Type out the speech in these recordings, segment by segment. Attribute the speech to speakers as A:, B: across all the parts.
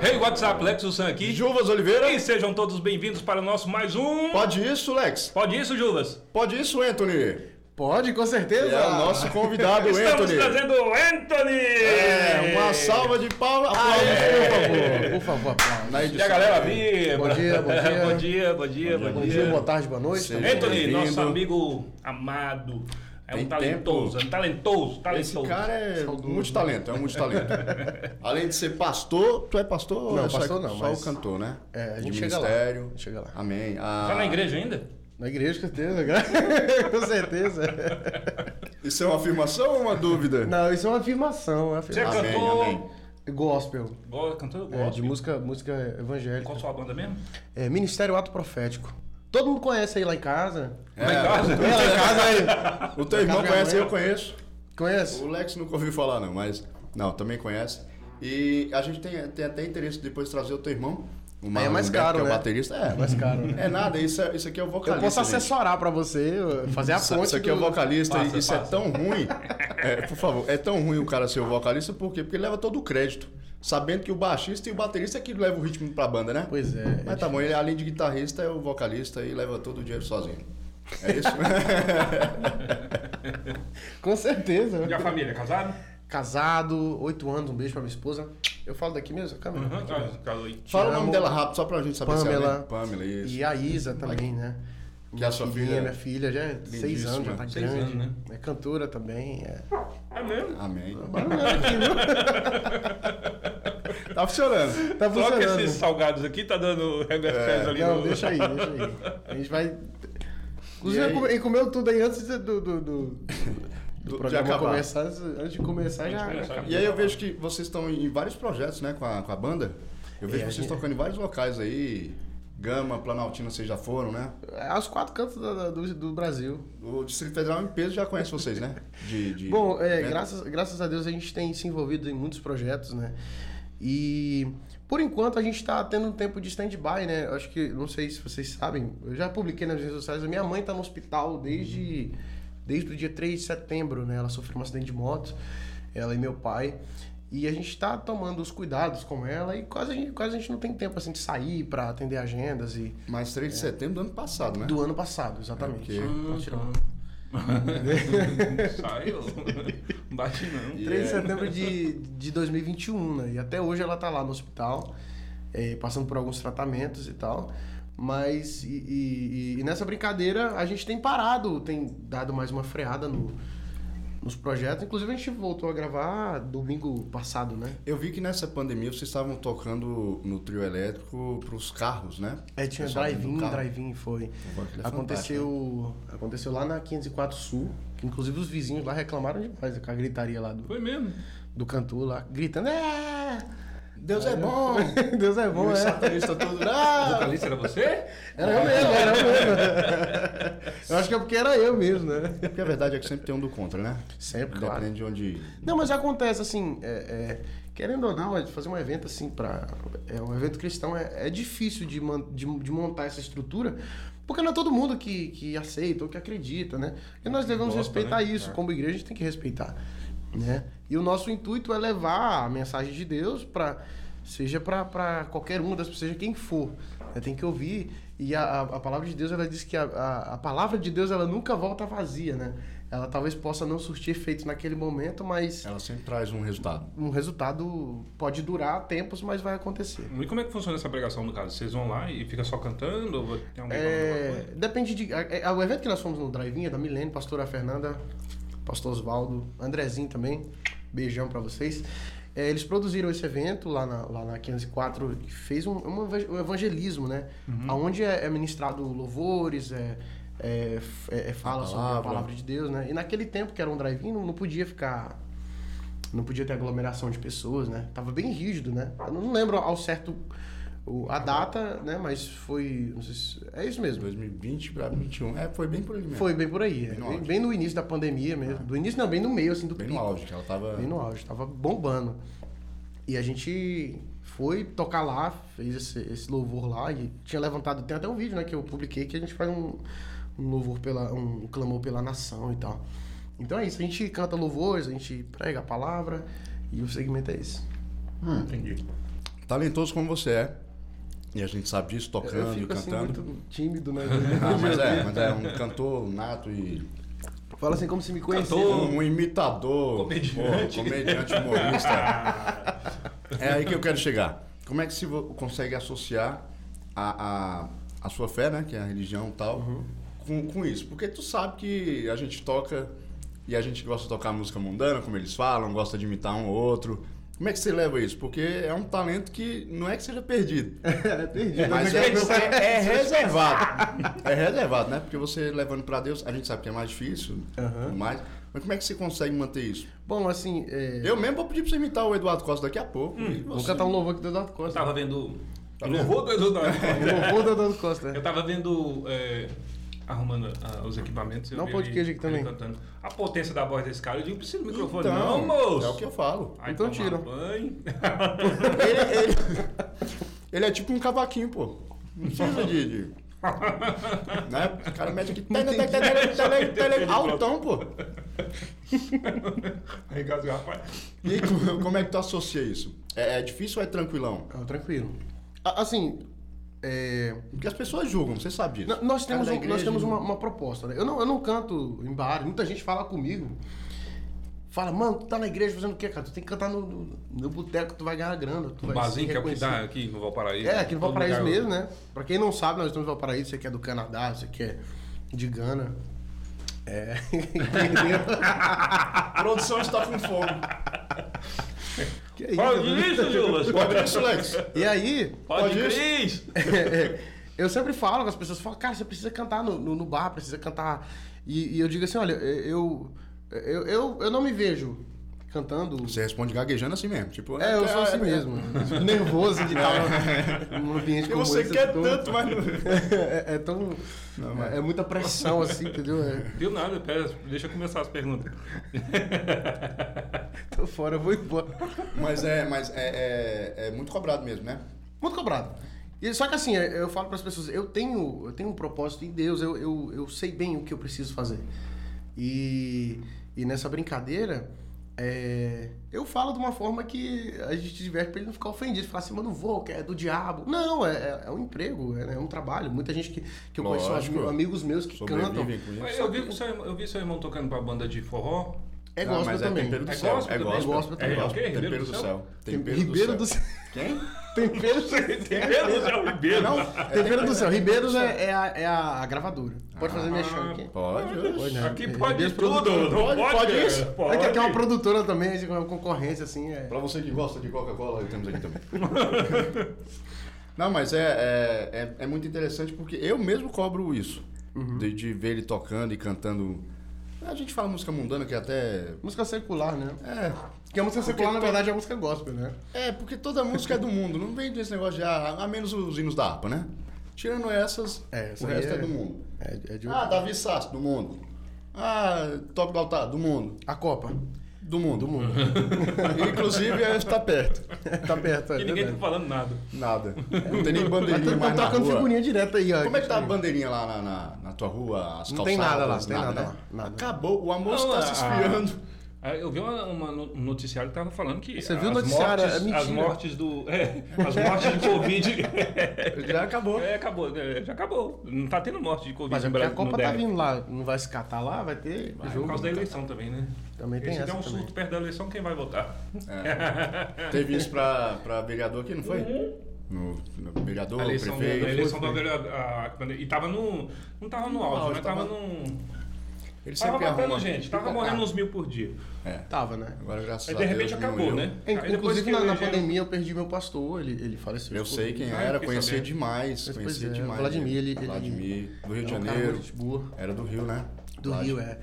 A: Hey, WhatsApp, Lex San aqui.
B: Juvas Oliveira.
A: E sejam todos bem-vindos para o nosso mais um.
B: Pode isso, Lex.
A: Pode isso, Juvas?
B: Pode isso, Anthony.
C: Pode, com certeza.
B: É o nosso convidado,
A: Estamos
B: Anthony.
A: trazendo o Anthony!
B: É, uma salva de palmas. Aplausos, por favor.
C: Por favor, aplausos.
B: Na
A: E
B: edição.
A: a galera vibra.
C: Bom dia, bom dia.
A: bom dia, bom dia, bom
C: Bom dia,
A: dia.
C: boa tarde, boa noite.
B: Seja
C: Também.
A: Anthony,
B: Bem-vindo.
A: nosso amigo amado. É um
B: Tem
A: talentoso, é um talentoso, talentoso.
B: Esse cara é multitalento, é um multitalento. Além de ser pastor, tu é pastor? ou
C: Não,
B: é só-
C: pastor não,
B: Só
C: mas-
B: o cantor, né?
C: É, a gente
B: de
C: chega lá.
B: ministério.
C: A gente chega lá.
B: Amém. Ah,
A: Tá na igreja ainda?
C: Na igreja, com certeza. com certeza.
B: Isso é uma afirmação ou uma dúvida?
C: Não, isso é uma afirmação. Uma
A: Você é
C: afirmação.
B: Amém,
A: cantor?
B: amém.
C: Gospel.
A: Go- Cantor
C: É, de
A: gospel.
C: música, música evangélica.
A: Qual sua banda mesmo?
C: É, Ministério Ato Profético. Todo mundo conhece aí lá em casa.
B: É,
A: Lá em casa?
C: É, lá em casa aí.
B: O teu irmão
C: Casa
B: conhece,
C: Gabriel.
B: eu conheço.
C: Conhece?
B: O Lex nunca ouviu falar, não, mas. Não, também conhece. E a gente tem, tem até interesse depois de trazer o teu irmão. O Marlon
C: mais
B: Humberto,
C: caro,
B: que é o
C: né?
B: baterista. É,
C: Mais caro, né?
B: É nada, isso, é- isso aqui é o
C: Eu
B: vocalista.
C: posso
B: gente.
C: assessorar pra você, fazer a
B: Isso,
C: ponte.
B: isso aqui
C: do-
B: é o vocalista,
A: Passa,
B: e isso é
A: passa.
B: tão ruim. É, por favor, é tão ruim o cara ser o vocalista, por quê? Porque ele leva todo o crédito. Sabendo que o baixista e o baterista é que leva o ritmo pra banda, né?
C: Pois é.
B: Mas tá bom, ele além de guitarrista é o vocalista e leva todo o dinheiro sozinho. É isso?
C: Com certeza.
A: E a família, casado?
C: Casado, oito anos, um beijo pra minha esposa. Eu falo daqui mesmo? Câmera?
A: Uhum,
C: Aqui mesmo.
A: tá, casou aí.
B: Fala o
C: amo.
B: nome dela rápido, só pra gente saber se é ela.
C: Pamela.
B: né? Pamela, isso.
C: E a Isa também, né?
B: Que é a sua
C: filhinha,
B: filha.
C: Minha filha, já é seis anos, já tá
A: Seis
C: grande.
A: anos, né?
C: É cantora também. É.
A: É mesmo?
B: Amém. tá funcionando.
C: Tá
A: Troca
C: funcionando. É.
A: esses salgados aqui, tá dando revertéis ali
C: Não,
A: no...
C: deixa aí, deixa aí. A gente vai. Inclusive,
B: E aí?
C: ele come- ele comeu tudo aí antes do, do, do, do
B: Do-
C: programa
B: de acabar.
C: começar. Antes de começar, já.
A: Antes de começar.
B: E aí eu vejo que vocês estão em vários projetos, né, com a, com a banda. Eu vejo
C: É, a
B: vocês
C: gente-
B: tocando em vários locais aí. Gama, Planaltina, vocês já foram, né?
C: É aos quatro cantos da- da- do, do Brasil.
B: O Distrito Federal em peso já conhece vocês, né? De, de-
C: Bom, é,
B: né?
C: graças, graças a Deus a gente tem se envolvido em muitos projetos, né? E por enquanto a gente está tendo um tempo de stand-by, né? Eu Acho que, não sei se vocês sabem, eu já publiquei nas redes sociais, a minha mãe está no hospital desde, desde o dia 3 de setembro, né? Ela sofreu um acidente de moto, ela e meu pai. E a gente está tomando os cuidados com ela e quase a gente, quase a gente não tem tempo assim, de sair para atender agendas e.
B: Mas 3 de setembro do ano passado, né?
C: É. Do ano passado, exatamente.
B: É, porque-
C: Tá tirando.
A: Saiu. Não bate não.
C: 3 de
B: é.
C: setembro de, de 2021, né? E até hoje ela tá lá no hospital, eh, passando por alguns tratamentos e tal. Mas, e, e- e- e nessa brincadeira, a gente tem parado, tem dado mais uma freada no- nos projetos. Inclusive, a gente voltou a gravar domingo passado, né?
B: Eu vi que nessa pandemia vocês estavam tocando no trio elétrico pros carros, né?
C: É, tinha
B: Pessoal dentro
C: drive-in,
B: do carro.
C: drive-in foi.
B: Pô, aquilo é
C: Aconteceu, aconteceu lá na 504 Sul, que inclusive os vizinhos lá reclamaram demais com a gritaria lá do,
A: Foi mesmo.
C: do cantor lá, gritando, é!
B: Deus é bom!
C: Deus é bom,
B: Os
C: é!
B: satanistas todos.
A: O
B: Ah!
A: vocalista era você?
C: Era eu mesmo, era eu mesmo. Eu acho que é porque era eu mesmo, né?
B: Porque a verdade é que sempre tem um do contra, né?
C: Sempre, claro.
B: Depende de onde.
C: Não, mas acontece assim, é, é, querendo ou não, é, fazer um evento assim para é, um evento cristão é, é difícil de, man- de, de montar essa estrutura, porque não é todo mundo que, que aceita ou que acredita, né? E nós devemos
A: Gosta,
C: respeitar
A: né?
C: isso,
A: É.
C: como igreja a gente tem que respeitar, né? E o nosso intuito é levar a mensagem de Deus para seja para qualquer uma das pessoas, seja quem for, né? tem que ouvir e a, a, a palavra de Deus ela diz que a, a, a palavra de Deus ela nunca volta vazia, né? Ela talvez possa não surtir efeito naquele momento, mas
B: Ela sempre traz um resultado.
C: um resultado pode durar tempos, mas vai acontecer.
A: E como é que funciona essa pregação no caso? Vocês vão lá e fica só cantando? Ou tem alguém falando alguma
C: É,
A: coisa?
C: depende de. é, é, o evento que nós fomos no Drive-In é da Milene, pastora Fernanda, pastor Osvaldo, Andrezinho também. Beijão pra vocês. É, eles produziram esse evento lá na, lá na 504 e fez um, um eva- um evangelismo, né? Onde é, é ministrado louvores, é, é, f- é- é fala
B: A
C: sobre a
B: palavra.
C: palavra de Deus, né? E naquele tempo que era um drive-in, não, não podia ficar. Não podia ter aglomeração de pessoas, né? Tava bem rígido, né? Eu não lembro ao certo o- a data, né? Mas foi. Não sei se, é isso mesmo.
B: 2020 pra 2021. É, foi bem por ele mesmo.
C: Foi bem por aí. é.
B: Bem no
C: Bem,
B: auge. É.
C: bem no início da pandemia mesmo. Do início, não, bem no meio, assim, do
B: Bem
C: pico.
B: no auge, que ela tava.
C: Bem no auge, tava bombando. E a gente foi tocar lá, fez esse, esse louvor lá e tinha levantado, tem até um vídeo, né, que eu publiquei que a gente faz um, um louvor pela, um clamor pela nação e tal. Então é isso, a gente canta louvores, a gente prega a palavra e o segmento é esse.
A: Entendi.
B: talentoso como você é, e a gente sabe disso,
C: Eu-
B: tocando,
C: Eu fico assim,
B: cantando.
C: muito tímido, né?
B: Ah, mas é, mas é um cantor nato e
C: Fala assim como se me conhecesse.
A: Cantor.
B: um imitador,
A: Comediante.
B: pô, comediante humorista. É aí que eu quero chegar. Como é que se vo- consegue associar a, a, a sua fé, né, que é a religião e tal, com, com isso? Porque tu sabe que a gente toca e a gente gosta de tocar música mundana, como eles falam, gosta de imitar um ou outro. Como é que você leva isso? Porque é um talento que não é que seja perdido.
C: É, perdido.
B: Mas é,
A: Tem que ser-
B: é reservado. É reservado, né? Porque você levando pra Deus, a gente sabe que é mais difícil, tudo mais. Mas como é que você consegue manter isso?
C: Bom, assim, é...
B: Eu mesmo vou pedir pra você imitar o Eduardo Costa daqui a pouco. e
C: vou
B: você-
C: cantar um louvor aqui do Eduardo
A: Eu
C: Costa.
A: tava vendo.
B: Tá
A: Eu vou do Eduardo.
C: Louvor do Eduardo Costa.
A: Eu tava vendo. é, arrumando ah, os equipamentos. eu
C: Dá um
A: vi
C: pão de
A: ele-
C: queijo aqui
A: ele
C: também.
A: Cantando. A potência da voz desse cara, eu digo, precisa do microfone,
B: Então,
A: não, moço.
B: É o que eu falo.
A: Aí
C: Então
A: toma
C: tira.
A: banho.
B: Ele, ele- ele é tipo um cavaquinho, pô. Não precisa de. de- né? O cara mete aqui. tele, tele, tele, tele, tele, Altão, pô.
A: Aí rasga, rapaz.
B: E co- como é que tu associa isso? É, é difícil ou é tranquilão?
C: Ah, tranquilo. A- Assim, é...
B: Porque as pessoas julgam, você sabe disso.
C: N- Nós temos,
B: Cada
C: um- nós
B: igreja-
C: temos uma, uma proposta, né? Eu não, eu não canto em bar, muita gente fala comigo. Fala, mano, tu tá na igreja fazendo o quê, cara? Tu tem que cantar no, no, no boteco, tu vai ganhar grana. Tu
A: Um
C: vai
A: barzinho
C: ser
A: que é o que dá
C: reconhecido."
A: aqui no Valparaíso.
C: É, aqui no
A: Todo
C: Valparaíso
A: lugar-
C: mesmo, né? Pra quem não sabe, nós estamos no Valparaíso, você quer do Canadá, você quer de Gana. É.
B: A produção está com fome.
C: que isso,
A: Pode
C: né?
A: isso, Julas.
B: Pode isso, Lex.
C: E aí,
A: Pode
B: Pode
A: isso.
C: É, eu sempre falo com as pessoas, falo, cara, você precisa cantar no, no- no bar, precisa cantar. E, e eu digo assim, olha, eu, eu, eu, eu não me vejo cantando.
B: Você responde gaguejando assim mesmo. Tipo,
C: É, eu sou assim
B: é,
C: mesmo. Nervoso de estar num ambiente
B: Porque
C: como
B: é, você
C: esse.
B: quer
C: eu tô-
B: tanto, mas não.
C: é, é tão.
B: mas-
C: É muita pressão, assim, entendeu? É,
A: Deu nada, pera, deixa eu começar as perguntas.
C: tô fora, eu vou embora.
B: Mas, é, mas é, é, é muito cobrado mesmo, né?
C: Muito cobrado. E, só que assim, é, eu falo para as pessoas, eu tenho, eu tenho um propósito em Deus, eu, eu, eu sei bem o que eu preciso fazer. E, e nessa brincadeira, é, eu falo de uma forma que a gente diverte para ele não ficar ofendido, falar assim, mas não vou, que é do diabo. Não, é, é- é um emprego, é, né, é um trabalho. Muita gente que, que eu conheço,
B: Lógico.
C: ami- amigos meus que cantam,
B: Sobrevivem com
A: Mas
B: isso.
A: Eu vi, o seu, irmão- eu vi seu irmão tocando pra banda de forró.
C: é
B: Ah,
C: gospel
B: mas
C: também.
B: É tempero do
A: É
B: céu.
A: gospel
B: É
A: também?
B: gospel.
C: É gospel também.
B: É gospel.
A: É o quê?
B: Tempero do céu. Tempero do
C: Ribeiro
B: céu.
C: do céu.
B: Quem?
C: Tempero do céu.
A: Ribeiro, Zé Ribeiro.
B: Não,
C: Tempero do céu. Ribeiros é, é a, é a gravadora. Pode fazer minha show aqui.
B: É, Pode.
C: Pode, né?
A: Aqui
C: É,
A: pode
C: Ribeiro
A: tudo.
C: produtor.
A: não
B: Pode, pode
A: cara.
B: isso.
A: Pode.
C: É que aqui é uma produtora também, é uma concorrência, assim, é.
B: Pra você que gosta de Coca-Cola, temos aqui também. Não, mas é, é, é, é muito interessante porque eu mesmo cobro isso.
C: Uhum.
B: De, de ver ele tocando e cantando. A gente fala música mundana que é até.
C: Música secular, né?
B: É,
C: Porque a música secular,
B: Porque
C: na
B: to-
C: verdade, é a música gospel, né?
B: é porque toda música é do mundo. Não vem desse negócio de. Ah, a menos os hinos da APA, né? Tirando essas,
C: É, essa
B: o
C: aí
B: resto é...
C: é-
B: do mundo.
C: É, é de
B: Ah, Davi Sass, do mundo. Ah, Toque do Altar, do mundo.
C: A Copa.
B: Do mundo. Do mundo. Inclusive, é, está perto.
C: Tá perto,
A: E
C: é
A: ninguém tá
C: verdade.
A: falando nada.
B: Nada. Não tem nem
C: Mas
B: bandeirinha
C: tá-
B: mais
C: tá
B: na
C: tocando
B: rua.
C: figurinha direto aí, ó.
B: Como é que tá a bandeirinha lá na, na- na tua rua, as calçadas?
C: Não tem nada lá, não tem nada
B: né?
C: lá, nada.
B: Acabou, o amor
A: Não, ah.
B: está
A: a-
B: se esfriando.
A: Ah, Eu vi uma, uma no- um noticiário que tava falando que.
C: Você viu o
A: as
C: noticiário?
A: mortes-
C: É mentira.
A: As mortes do. é, as mortes de Covid.
B: Já acabou.
A: É, acabou, é, já acabou. Não tá tendo morte de Covid
C: Mas é
A: no
C: porque a
A: Brasil.
C: Copa
A: no
C: tá
A: DF.
C: vindo lá, não vai se catar lá, vai ter
A: Por
C: jogo.
A: causa da eleição também, né?
C: Também tem
A: Porque Se der
C: essa
A: um
C: também.
A: surto perto da eleição, quem vai votar?
B: Teve isso pra, pra vereador aqui, não foi? No, no vereador,
A: Uhum. a eleição,
B: prefeito.
A: a eleição da vereadora. a- a- E tava no. Não tava no auge,
B: auge,
A: mas tava,
B: tava-
A: num.
B: Ele
A: Tava
B: sempre
A: matando
B: arruma.
A: gente, tava morrendo uns mil por dia.
B: É.
C: Tava, né?
B: Agora, graças
A: Aí
B: a
A: de
B: Deus,
A: repente acabou,
B: diminuiu.
A: né? Aí depois
C: Inclusive,
A: que
C: na, na
A: elegeram-
C: pandemia, eu perdi meu pastor, ele, ele faleceu.
B: Eu sei quem
A: Ah, eu
B: era,
A: fiquei
B: conhecia
A: sabendo.
B: demais.
C: Pois
B: Conhecia
C: é,
B: demais.
C: Vladimir, ele- ele-
B: Vladimir, do Rio de
C: É um cara
B: Janeiro.
C: muito gente boa.
B: Era do Rio, né?
C: Do Rio, é.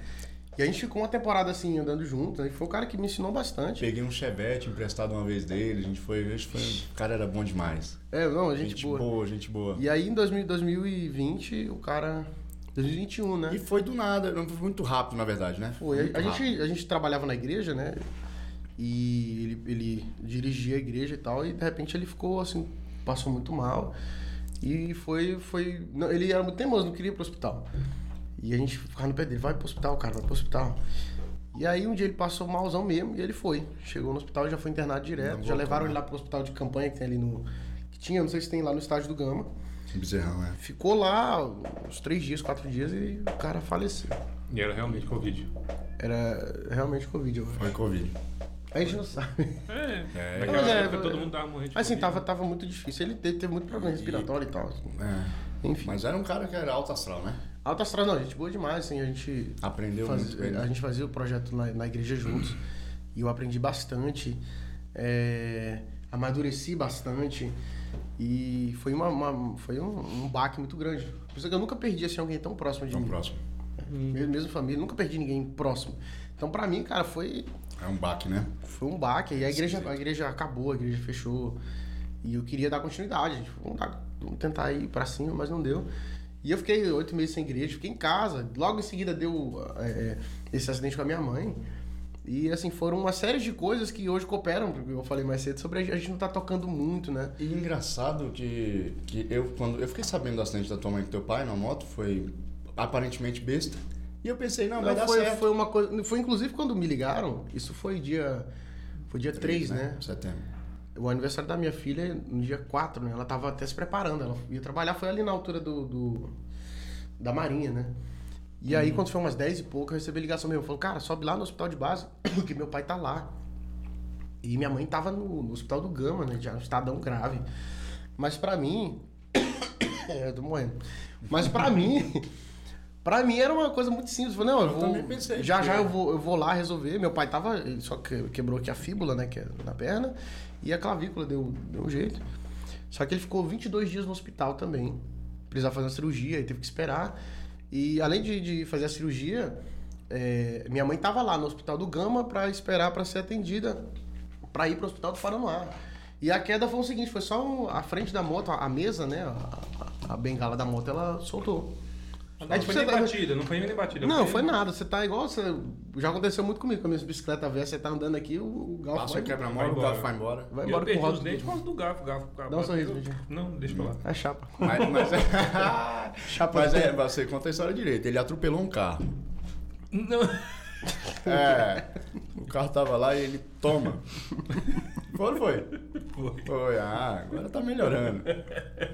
C: E a gente ficou uma temporada assim, andando junto, e foi o cara que me ensinou bastante.
B: Peguei um chevette emprestado uma vez dele, a gente foi, a gente foi, o cara era bom demais.
C: É, não, a
B: Gente, boa. gente boa.
C: E aí em 2000 2020, o cara. 2021, né?
B: E foi do nada, não foi muito rápido, na verdade, né?
C: Foi.
B: Muito
C: A, a
B: rápido.
C: gente, a gente trabalhava na igreja, né? E ele, ele dirigia a igreja e tal, e de repente ele ficou assim, passou muito mal. E foi. foi não, ele era muito teimoso, não queria ir pro hospital. E a gente ficava no pé dele, vai pro hospital, cara, vai pro hospital. E aí um dia ele passou malzão mesmo e ele foi. Chegou no hospital, já foi internado direto. já levaram ele lá pro hospital de campanha que tem ali no. Que tinha, não sei se tem lá no estádio do Gama.
B: Bezerrão, é.
C: Ficou lá uns três dias, quatro dias e o cara faleceu.
A: E era realmente Covid.
C: Era realmente Covid. Eu...
B: Foi Covid.
C: A gente não sabe.
A: É,
B: É,
A: naquela
C: mas é,
A: época
C: é.
A: todo mundo tava morrendo de
C: Assim,
A: Covid.
C: tava, tava muito difícil. Ele teve, teve muito problema respiratório e tal.
B: É.
C: Enfim.
B: Mas era um cara que era alto astral, né?
C: Alta astral, não, gente boa demais, assim, a gente...
B: Aprendeu
C: faz-
B: muito com ele, né?
C: A gente fazia o projeto na, na igreja juntos e eu aprendi bastante, é, amadureci bastante e foi, uma, uma- foi um, um baque muito grande. Por isso que eu nunca perdi, assim, alguém tão próximo de
B: Vamos
C: mim.
B: pro Então, próximo.
C: Mesmo, mesmo família, nunca perdi ninguém próximo. Então, pra mim, cara, foi,
B: É um baque, né?
C: foi um baque. E a igreja, a igreja acabou, a igreja fechou. E eu queria dar continuidade. gente. Vamos, dar- vamos tentar ir pra cima, mas não deu. E eu fiquei oito meses sem igreja, fiquei em casa. Logo em seguida deu é, é, esse acidente com a minha mãe. E assim, foram uma série de coisas que hoje cooperam, porque eu falei mais cedo, sobre a gente- a gente não tá tocando muito, né?
B: E engraçado que, que eu quando eu fiquei sabendo do acidente da tua mãe e do teu pai na moto, foi aparentemente besta. E eu pensei, não, vai
C: Não,
B: dar
C: foi,
B: certo.
C: foi uma coisa. Foi inclusive quando me ligaram, isso foi dia. Foi dia 3, né?
B: Setembro.
C: O aniversário da minha filha, no dia 4, né? Ela tava até se preparando. Ela ia trabalhar, foi ali na altura do. do- da Marinha, né? E aí, quando foi umas 10 e pouco, eu recebi ligação mesmo. Falou, cara, sobe lá no hospital de base, que meu pai tá lá. E minha mãe tava no, no hospital do Gama, né? Já um estadão grave. Mas pra mim. é, eu tô morrendo. Mas pra mim. Pra mim era uma coisa muito simples. Eu falei, não, eu,
B: Eu
C: vou.
B: também pensei,
C: já já
B: porque- é.
C: eu vou, eu vou lá resolver. Meu pai tava. Ele só que- quebrou aqui a fíbula, né? Que é na perna. E a clavícula deu, deu um jeito. Só que ele ficou 22 dias no hospital também. Precisava fazer uma cirurgia e teve que esperar. E além de, de fazer a cirurgia, é, minha mãe tava lá no hospital do Gama pra esperar pra ser atendida pra ir pro hospital do Paraná. E a queda foi o seguinte, foi só um- a frente da moto, a, a mesa, né? A, a- a bengala da moto, ela soltou.
A: Não,
C: Aí,
A: foi
C: tipo,
A: nem
C: você tá-
A: batida, não foi nem batida.
C: não, foi nada. Você tá igual. Você... Já aconteceu muito comigo com a minha bicicleta velha. Você tá andando aqui, o, o galfo
B: Passa
C: vai,
B: o quebra-mola,
A: vai
B: o galo
A: embora.
B: vai embora.
C: vai
A: eu
C: embora com
A: perdi
C: o
A: os
C: rosto.
A: dentes por causa do garfo. garfo, garfo
C: Dá um sorriso,
A: bateu.
C: Vitinho.
A: Não, deixa pra lá.
C: É chapa.
B: Mas, mas,
C: Chapa
B: mas
C: de-
B: é, você conta a história direito. Ele atropelou um carro.
A: Não.
B: É. O carro tava lá e ele toma. Quando foi?
A: Foi.
B: Foi, ah, agora tá melhorando.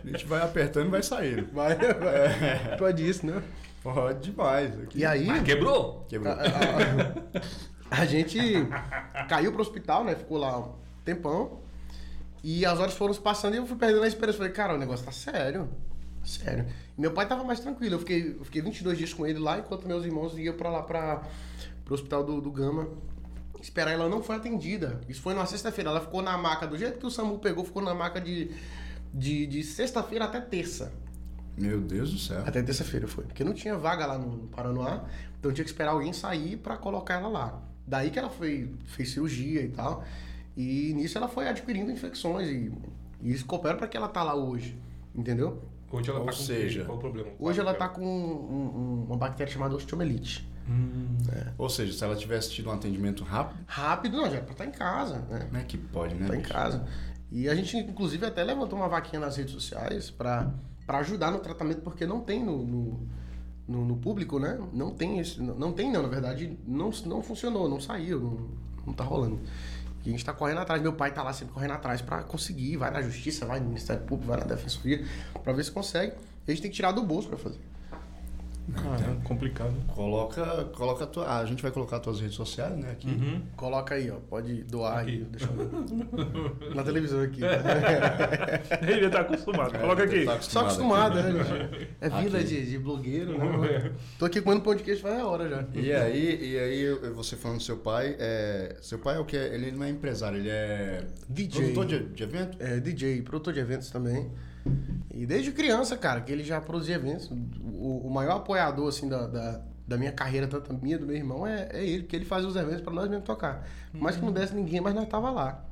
B: A gente vai apertando e vai saindo. É,
C: Vai, vai. Pode isso, né?
B: Pode demais. Aqui.
C: E aí.
A: Ah,
C: Ah,
A: Quebrou?
B: Quebrou.
C: é, A gente caiu pro hospital, né? Ficou lá um tempão. E as horas foram se passando e eu fui perdendo a esperança. Falei, cara, o negócio tá sério. Tá Sério. E meu pai tava mais tranquilo. Eu fiquei, eu fiquei 22 dias com ele lá, enquanto meus irmãos iam pra lá, pra, pro hospital do, do Gama. Esperar ela não foi atendida. Isso foi numa sexta-feira. Ela ficou na maca, do jeito que o SAMU pegou, ficou na maca de, de, de sexta-feira até terça. é.
B: Meu Deus do céu.
C: Até terça-feira foi. Porque não tinha vaga lá no, no Paranoá, então tinha que esperar alguém sair pra colocar ela lá. Daí que ela foi, fez cirurgia e tal. E nisso ela foi adquirindo infecções e, e isso coopera pra que ela tá lá hoje. Entendeu?
A: Hoje ela
B: Ou
A: tá com
B: seja,
A: Qual o problema?
C: Hoje ela tá com um- um- uma bactéria chamada osteomelite.
A: Hum,
C: É.
B: Ou seja, se ela tivesse tido um atendimento rápido,
C: Rápido, não, já era pra estar em casa, né?
B: como é que pode, né?
C: Tá em casa. E a gente, inclusive, até levantou uma vaquinha nas redes sociais pra pra ajudar no tratamento, porque não tem no, no, no- no público, né? Não tem esse. Não, não tem, não, na verdade, não, não funcionou, não saiu, não, não tá rolando. E a gente tá correndo atrás. Meu pai tá lá sempre correndo atrás pra conseguir. Vai na justiça, vai no Ministério Público, vai na Defensoria, pra ver se consegue. A gente tem que tirar do bolso pra fazer.
A: Caramba, é complicado.
B: Coloca, coloca a tua. A gente vai colocar as tuas redes sociais, né? Aqui.
C: Uhum. Coloca aí, ó. Pode doar aí. Deixa eu ver. Na televisão aqui. tá?
A: Ele já tá acostumado. Coloca
B: É,
A: aqui.
B: tá
C: Só acostumado, né? gente? É vila
B: Aqui.
C: de, de blogueiro, né? Tô aqui comendo pão de queijo faz a hora já.
B: né? E aí, e aí, eu- você falando do seu pai, é, seu pai é o que? Ele não é empresário, ele é
C: DJ.
B: produtor de, de evento?
C: É, DJ, produtor de eventos também. E desde criança, cara, que ele já produzia eventos. O, o maior apoiador, assim, da, da, da minha carreira, tanto minha do meu irmão, é, é ele, porque ele fazia os eventos pra nós mesmo tocar. Mas que
B: Uhum.
C: não desse ninguém, mas nós tava lá.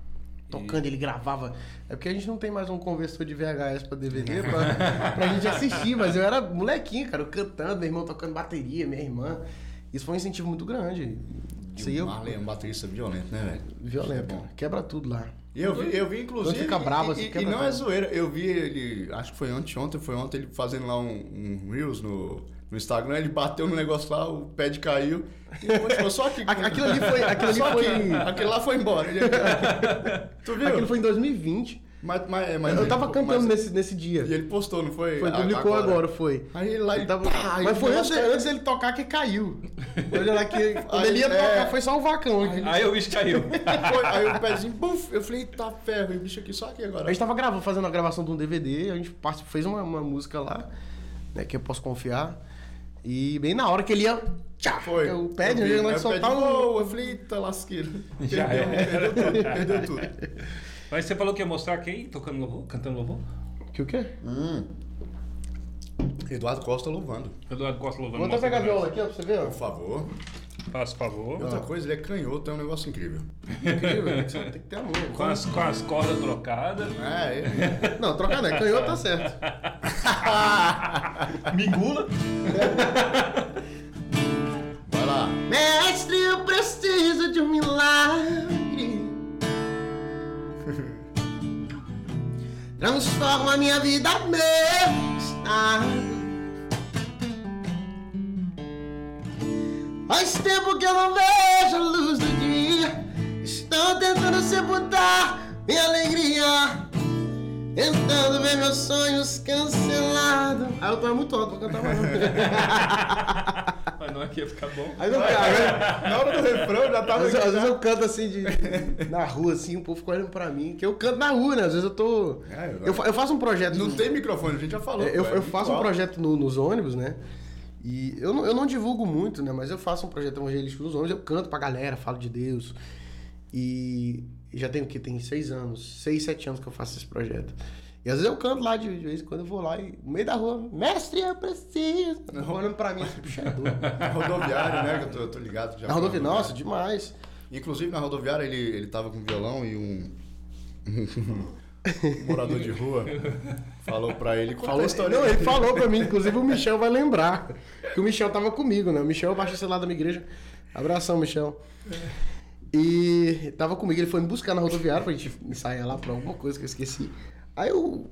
C: Tocando, ele gravava. É porque a gente não tem mais um conversor de VHS pra DVD pra, pra gente assistir, mas eu era molequinho, cara, eu cantando, meu irmão tocando bateria, minha irmã. Isso foi um incentivo muito grande. Isso aí
B: E o
C: eu.
B: Marley é um baterista violento, né, velho?
C: Violento,
B: É bom.
C: cara. Quebra tudo lá.
B: E eu vi, eu vi inclusive.
C: Quando fica
B: e,
C: bravo, assim,
B: e-
C: quebra
B: e não
C: tudo.
B: é zoeira. Eu vi ele, acho que foi anteontem, foi ontem ele fazendo lá um, um Reels no, no Instagram, ele bateu no negócio lá, o pad caiu. E depois ficou só aqui.
C: A- Aquilo ali foi. Aquilo ali
B: Só
C: foi. um-
B: aqui. Aquilo lá foi embora. Ele- tu viu?
C: Aquilo foi em 2020.
B: Mas, mas, mas
C: Eu
B: ele-
C: tava cantando
B: mas- é-
C: nesse, nesse dia.
B: E ele postou, não foi?
C: Foi,
B: A-
C: publicou agora, foi.
B: Aí ele lá
C: Ele
B: e
C: tava-
B: pá, e
C: Mas
B: o
C: foi antes,
B: negócio
C: antes dele tocar que caiu. Olha lá que. Quando
B: Aí,
C: ele ia
B: é.
C: tocar, foi só um vacão. aqui.
A: Aí o bicho caiu.
B: Foi, aí o pezinho, buf, eu falei, tá ferro, e o bicho aqui só aqui agora.
C: A gente tava gravando, fazendo a gravação de um DVD, a gente participou- fez uma, uma música lá, né, que eu posso confiar. E bem na hora que ele ia. Tchá,
B: Foi.
C: O pé,
B: Eu vi,
C: né?
B: aí
C: Nós
B: o
C: soltar
B: pad,
C: um.
B: "Uou", Eu falei, eita lasqueiro.
A: Já
B: perdeu,
A: era.
B: perdeu tudo, perdeu tudo.
A: Mas você falou que ia mostrar quem tocando louvor, cantando louvor?
C: Que o quê?
B: Eduardo Costa louvando.
A: Eduardo Costa louvando.
C: Vou até
A: mostra
C: pegar a
A: pra nós.
C: viola aqui, ó, pra você ver, ó.
B: Por favor.
A: Faça favor.
B: E outra coisa, ele é canhoto, é um negócio incrível.
C: Incrível, tem que ser- tem que ter amor.
A: Com as, com as cordas trocadas.
B: É, ele.
C: Não, trocar não, é canhoto tá certo.
A: Mingula.
B: Vai lá.
C: Mestre, eu preciso de um milagre. Transforma minha vida, meu estado. Faz tempo que eu não vejo a luz do dia. Estou tentando sepultar minha alegria. Tentando ver meus sonhos cancelados. Ah, eu tô muito alto, vou cantar mais.
A: Mas não aqui ia ficar bom.
C: Aí não né? vai.
B: Na hora do refrão, já
C: Às
B: tava.
C: vezes, às vezes eu canto assim de, na rua, assim, o povo fica olhando pra mim. Que eu canto na rua, né? Às vezes eu tô.
B: É, eu-
C: eu, fa- eu faço um projeto.
B: Não
C: no-
B: tem microfone, a gente já falou.
C: é, eu,
B: pô, é
C: eu
B: muito
C: faço um
B: alto.
C: projeto no- nos ônibus, né? E eu não, eu não divulgo muito, né? Mas eu faço um projeto evangelístico nos ônibus, eu canto pra galera, falo de Deus. E já tem o quê? Tem seis anos, seis, sete anos que eu faço esse projeto. E às vezes eu canto lá de, de vez em quando, eu vou lá e no meio da rua, mestre, eu preciso. Olhando pra mim, assim, puxa, é doido.
B: Rodoviário, né? Que eu tô, eu tô ligado já.
C: Na rodovia, nossa, demais.
B: Inclusive, na rodoviária, ele, ele tava com violão e um... um morador de rua falou pra ele... Falou a história.
C: Não, ele falou pra mim, inclusive o Michel vai lembrar. Que o Michel tava comigo, né? O Michel baixou esse lado da minha igreja. Abração, Michel. E tava comigo, ele foi me buscar na rodoviária pra gente ensaiar lá pra alguma coisa que eu esqueci. Aí o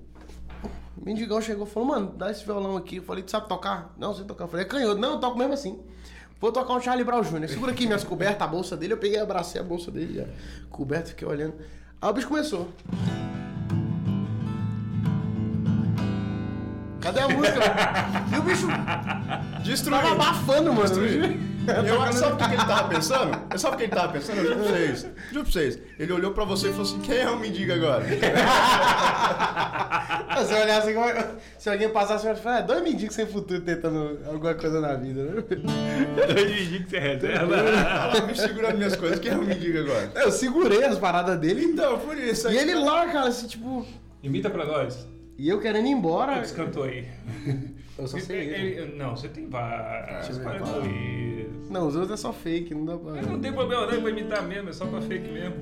C: mendigão chegou e falou, mano, dá esse violão aqui. Eu falei, tu sabe tocar? Não, sei tocar. Eu falei, é canhoto. Não, eu toco mesmo assim. Vou tocar um Charlie Brown Jr. Segura aqui minhas cobertas, a bolsa dele. Eu peguei, abracei a bolsa dele, já. coberta, fiquei olhando. Aí o bicho começou. Cadê a música? e o bicho
B: Destruiu.
C: tava abafando, mano.
B: E Eu, sabe o que que ele tava pensando? Sabe o que ele tava pensando? Eu juro pra vocês. Juro pra vocês. Ele olhou pra você e falou assim, quem é o mendigo agora?
C: Se eu assim, olhasse igual. é Se alguém passasse, eu ia falar, é dois mendigos sem futuro tentando alguma coisa na vida, né?
A: Então Eu que você é reserva.
B: Fala, me segurando minhas coisas, quem é o mendigo agora?
C: Eu segurei as paradas dele
B: Então, por isso
C: e
B: aí.
C: ele lá, cara, assim, tipo.
A: Imita pra nós.
C: E eu querendo ir embora.
A: Os cantou aí.
C: Eu só sei ele. é-
A: Ele- ele- não, você tem vários.
C: Deixa eu ver.
A: Mas Luiz.
C: Não, os outros é só fake, não dá
A: Mas não
C: pra.
A: tem problema não, é pra imitar mesmo, é só pra fake mesmo.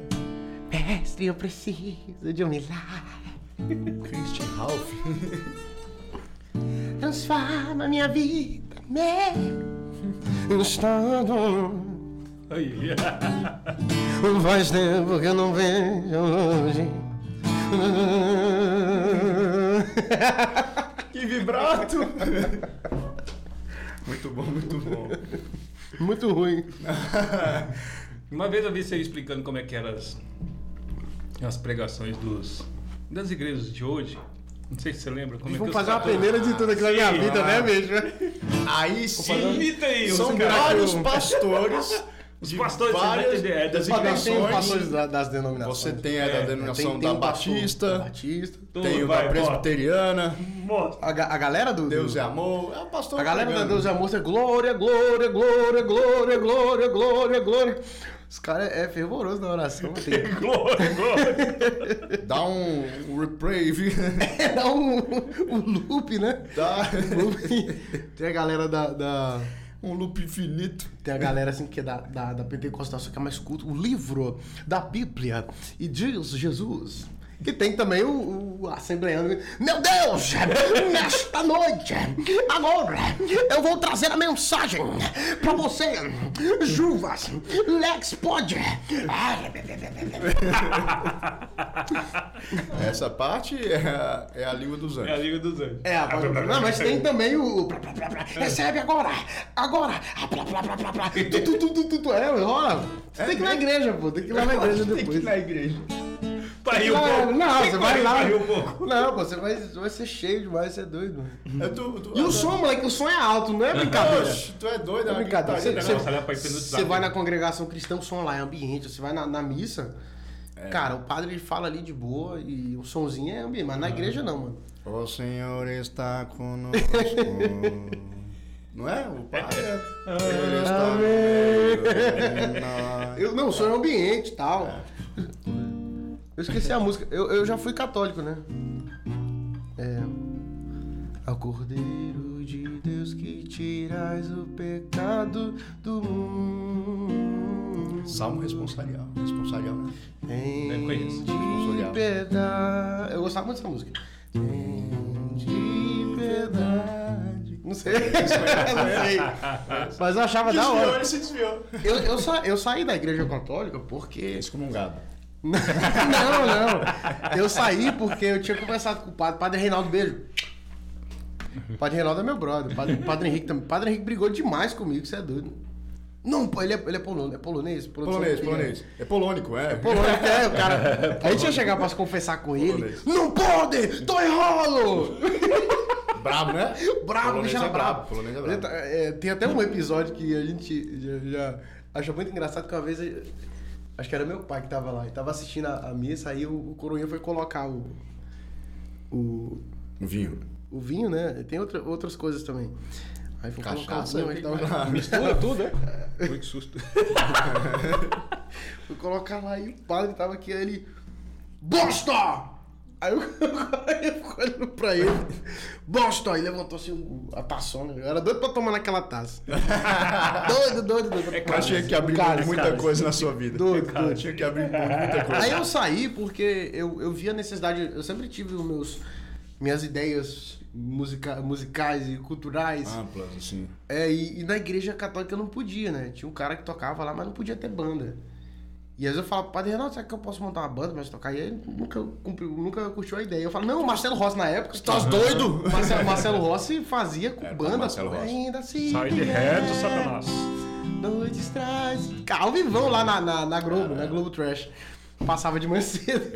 C: Mestre, eu preciso de um milagre.
B: Christian Ralph.
C: Transforma minha vida, né? Estando.
A: Aí.
C: Um Faz tempo que eu não vejo longe.
B: Que vibrato! muito bom, muito bom.
C: Muito ruim.
A: Uma vez eu vi você explicando como é que eram as, as pregações dos, das igrejas de hoje. Não sei se você lembra como é
C: Vamos
A: que os
C: fazer uma
A: caras-
C: peneira de tudo aqui na minha
A: Sim,
C: vida,
A: ah.
B: é?
C: né, bicho?
B: Aí sim,
A: Imita aí,
B: são
A: os caras.
B: vários pastores.
A: Os
B: de
A: pastores, vocês vão
B: várias
A: entender, é, das
B: das
C: Ó, tem- Tem os
B: igrejas.
C: pastores da- das denominações.
B: Você tem a da
A: É,
B: denominação
C: Tem- tem
B: da
C: o pastor
B: Batista,
C: Batista.
A: Tudo,
B: tem o
A: vai,
B: da
A: bota.
B: Presbiteriana,
A: Mostra.
C: A, ga- a galera do.
B: Deus
C: do-
B: é Amor. É o pastor
C: A galera da
B: pregando.
C: Deus é Amor, é glória, glória, glória, glória, glória, glória, glória. Os caras é fervoroso na oração. Tem...
A: Glória, glória.
B: Dá um reprieve.
C: Dá um, um loop, né?
B: Dá
C: Loop. Tem a galera da- da...
B: um loop infinito.
C: Tem a galera assim que é da, da, da Pentecostal, só que é mais culto. O livro da Bíblia e diz Jesus Que tem também o, o assembleando. Meu Deus! Nesta noite, agora, eu vou trazer a mensagem pra você. Juvas, Lex pode. Ai,
B: Essa parte é a, é a língua dos
A: É a
B: anjos.
A: Liga dos Anjos.
C: É, a não, mas tem também o. o plá, plá, plá, plá. Recebe agora! Agora! Ah, plá, plá, plá, plá, plá. Tu, tu, tu, tu, tu, tu. É, rola. Você tem que ir na igreja, pô. Tem que ir lá na igreja
B: Tem que ir
C: depois.
B: na igreja.
A: Pra rir um
C: Não,
A: pouco.
C: não,
A: Tem
C: você
A: que
C: vai
A: parir
C: lá.
A: pra rir um pouco.
C: Não, pô, você vai, vai ser cheio demais, você é doido. mano.
B: Eu tô- tô-
C: E o som, moleque, o som é alto, não é brincadeira.
B: Oxe, tu é doido,
C: É
B: é uma
C: brincadeira.
B: gritaria,
C: Você,
B: né?
A: Não,
C: você-
A: dá pra hipnotizar
C: você vai na
A: mesmo.
C: congregação cristã, o som lá é ambiente. Você vai na, na missa,
A: É.
C: cara, o padre ele fala ali de boa e o somzinho é ambiente.
A: Uhum.
C: Mas na igreja não, mano.
B: O Senhor está conosco. Não é? O Pai é. Ele está com nós.
C: Eu, não, o som é ambiente e tal. Eu esqueci a música. Eu, eu já fui católico, né? É. Ao Cordeiro de Deus que tiras o pecado do mundo.
B: Salmo responsorial. Responsorial, né?
A: Eu conheço.
C: Tem
B: Vamos olhar.
C: de piedade. Eu gostava muito dessa música. Tem de piedade. Não sei. não sei. Mas eu achava da hora.
B: se desviou.
C: Eu, eu, sa- eu saí da igreja católica porque.
B: Excomungado.
C: não, não. Eu saí porque eu tinha conversado com o padre. Padre Reinaldo, beijo. O Padre Reinaldo é meu brother. O Padre, o padre Henrique também. O Padre Henrique brigou demais comigo, você é doido. Não, pô, ele é, ele é polonês. É polonês?
B: Polonês, polonês. É polônico, é.
C: Polônico, é, o cara. A gente ia chegar pra se confessar com ele.
B: Polonês.
C: Não pode! Tô em rolo!
B: Brabo, né?
C: bravo, o
B: Polonês
C: bicho
B: é
C: era bravo.
B: Polonês é
C: Ele
B: brabo.
C: tá- é, tem até um episódio que a gente já, já achou muito engraçado que uma vez. eh, Acho que era meu pai que tava lá. Ele tava assistindo a, a missa, aí o, o coroinha foi colocar o. O,
B: Um vinho.
C: o vinho, né? Tem outra- outras coisas também. Aí foi colocar o
B: Cachaça.
C: vinho, aí tava.
A: Mistura tudo, né? Ui, que susto.
C: Fui colocar lá e o padre tava aqui, aí ele. Bosta! Aí eu, eu fico olhando pra ele. Bosta! Aí levantou assim o- a taçona. Eu era doido pra tomar naquela taça. doido, doido, doido.
A: É
B: Eu
A: claro.
B: tinha que abrir mão de
C: Cálice,
B: muita
A: cálice.
B: coisa na sua vida.
C: Doido,
B: Eu tinha que abrir mão de muita coisa.
C: Aí eu saí porque eu, eu vi a necessidade. Eu sempre tive os meus, minhas ideias musica- musicais e culturais.
B: Amplas, assim.
C: É, e, e na igreja católica eu não podia, né? Tinha um cara que tocava lá, mas não podia ter banda. E às vezes eu falo, padre Renato, será que eu posso montar uma banda pra gente tocar? E ele nunca, cumpriu, nunca curtiu a ideia. Eu falo, não, o Marcelo Rossi na época. Você tá doido? Marcelo, Marcelo Rossi fazia com
B: Era
C: banda.
B: Marcelo
C: pô,
B: Rossi.
C: Ainda assim.
A: Sai de reto, Satanás.
C: Noites traz. Ao vivão lá na, na, na Globo, na Globo Trash. Passava de manhã cedo.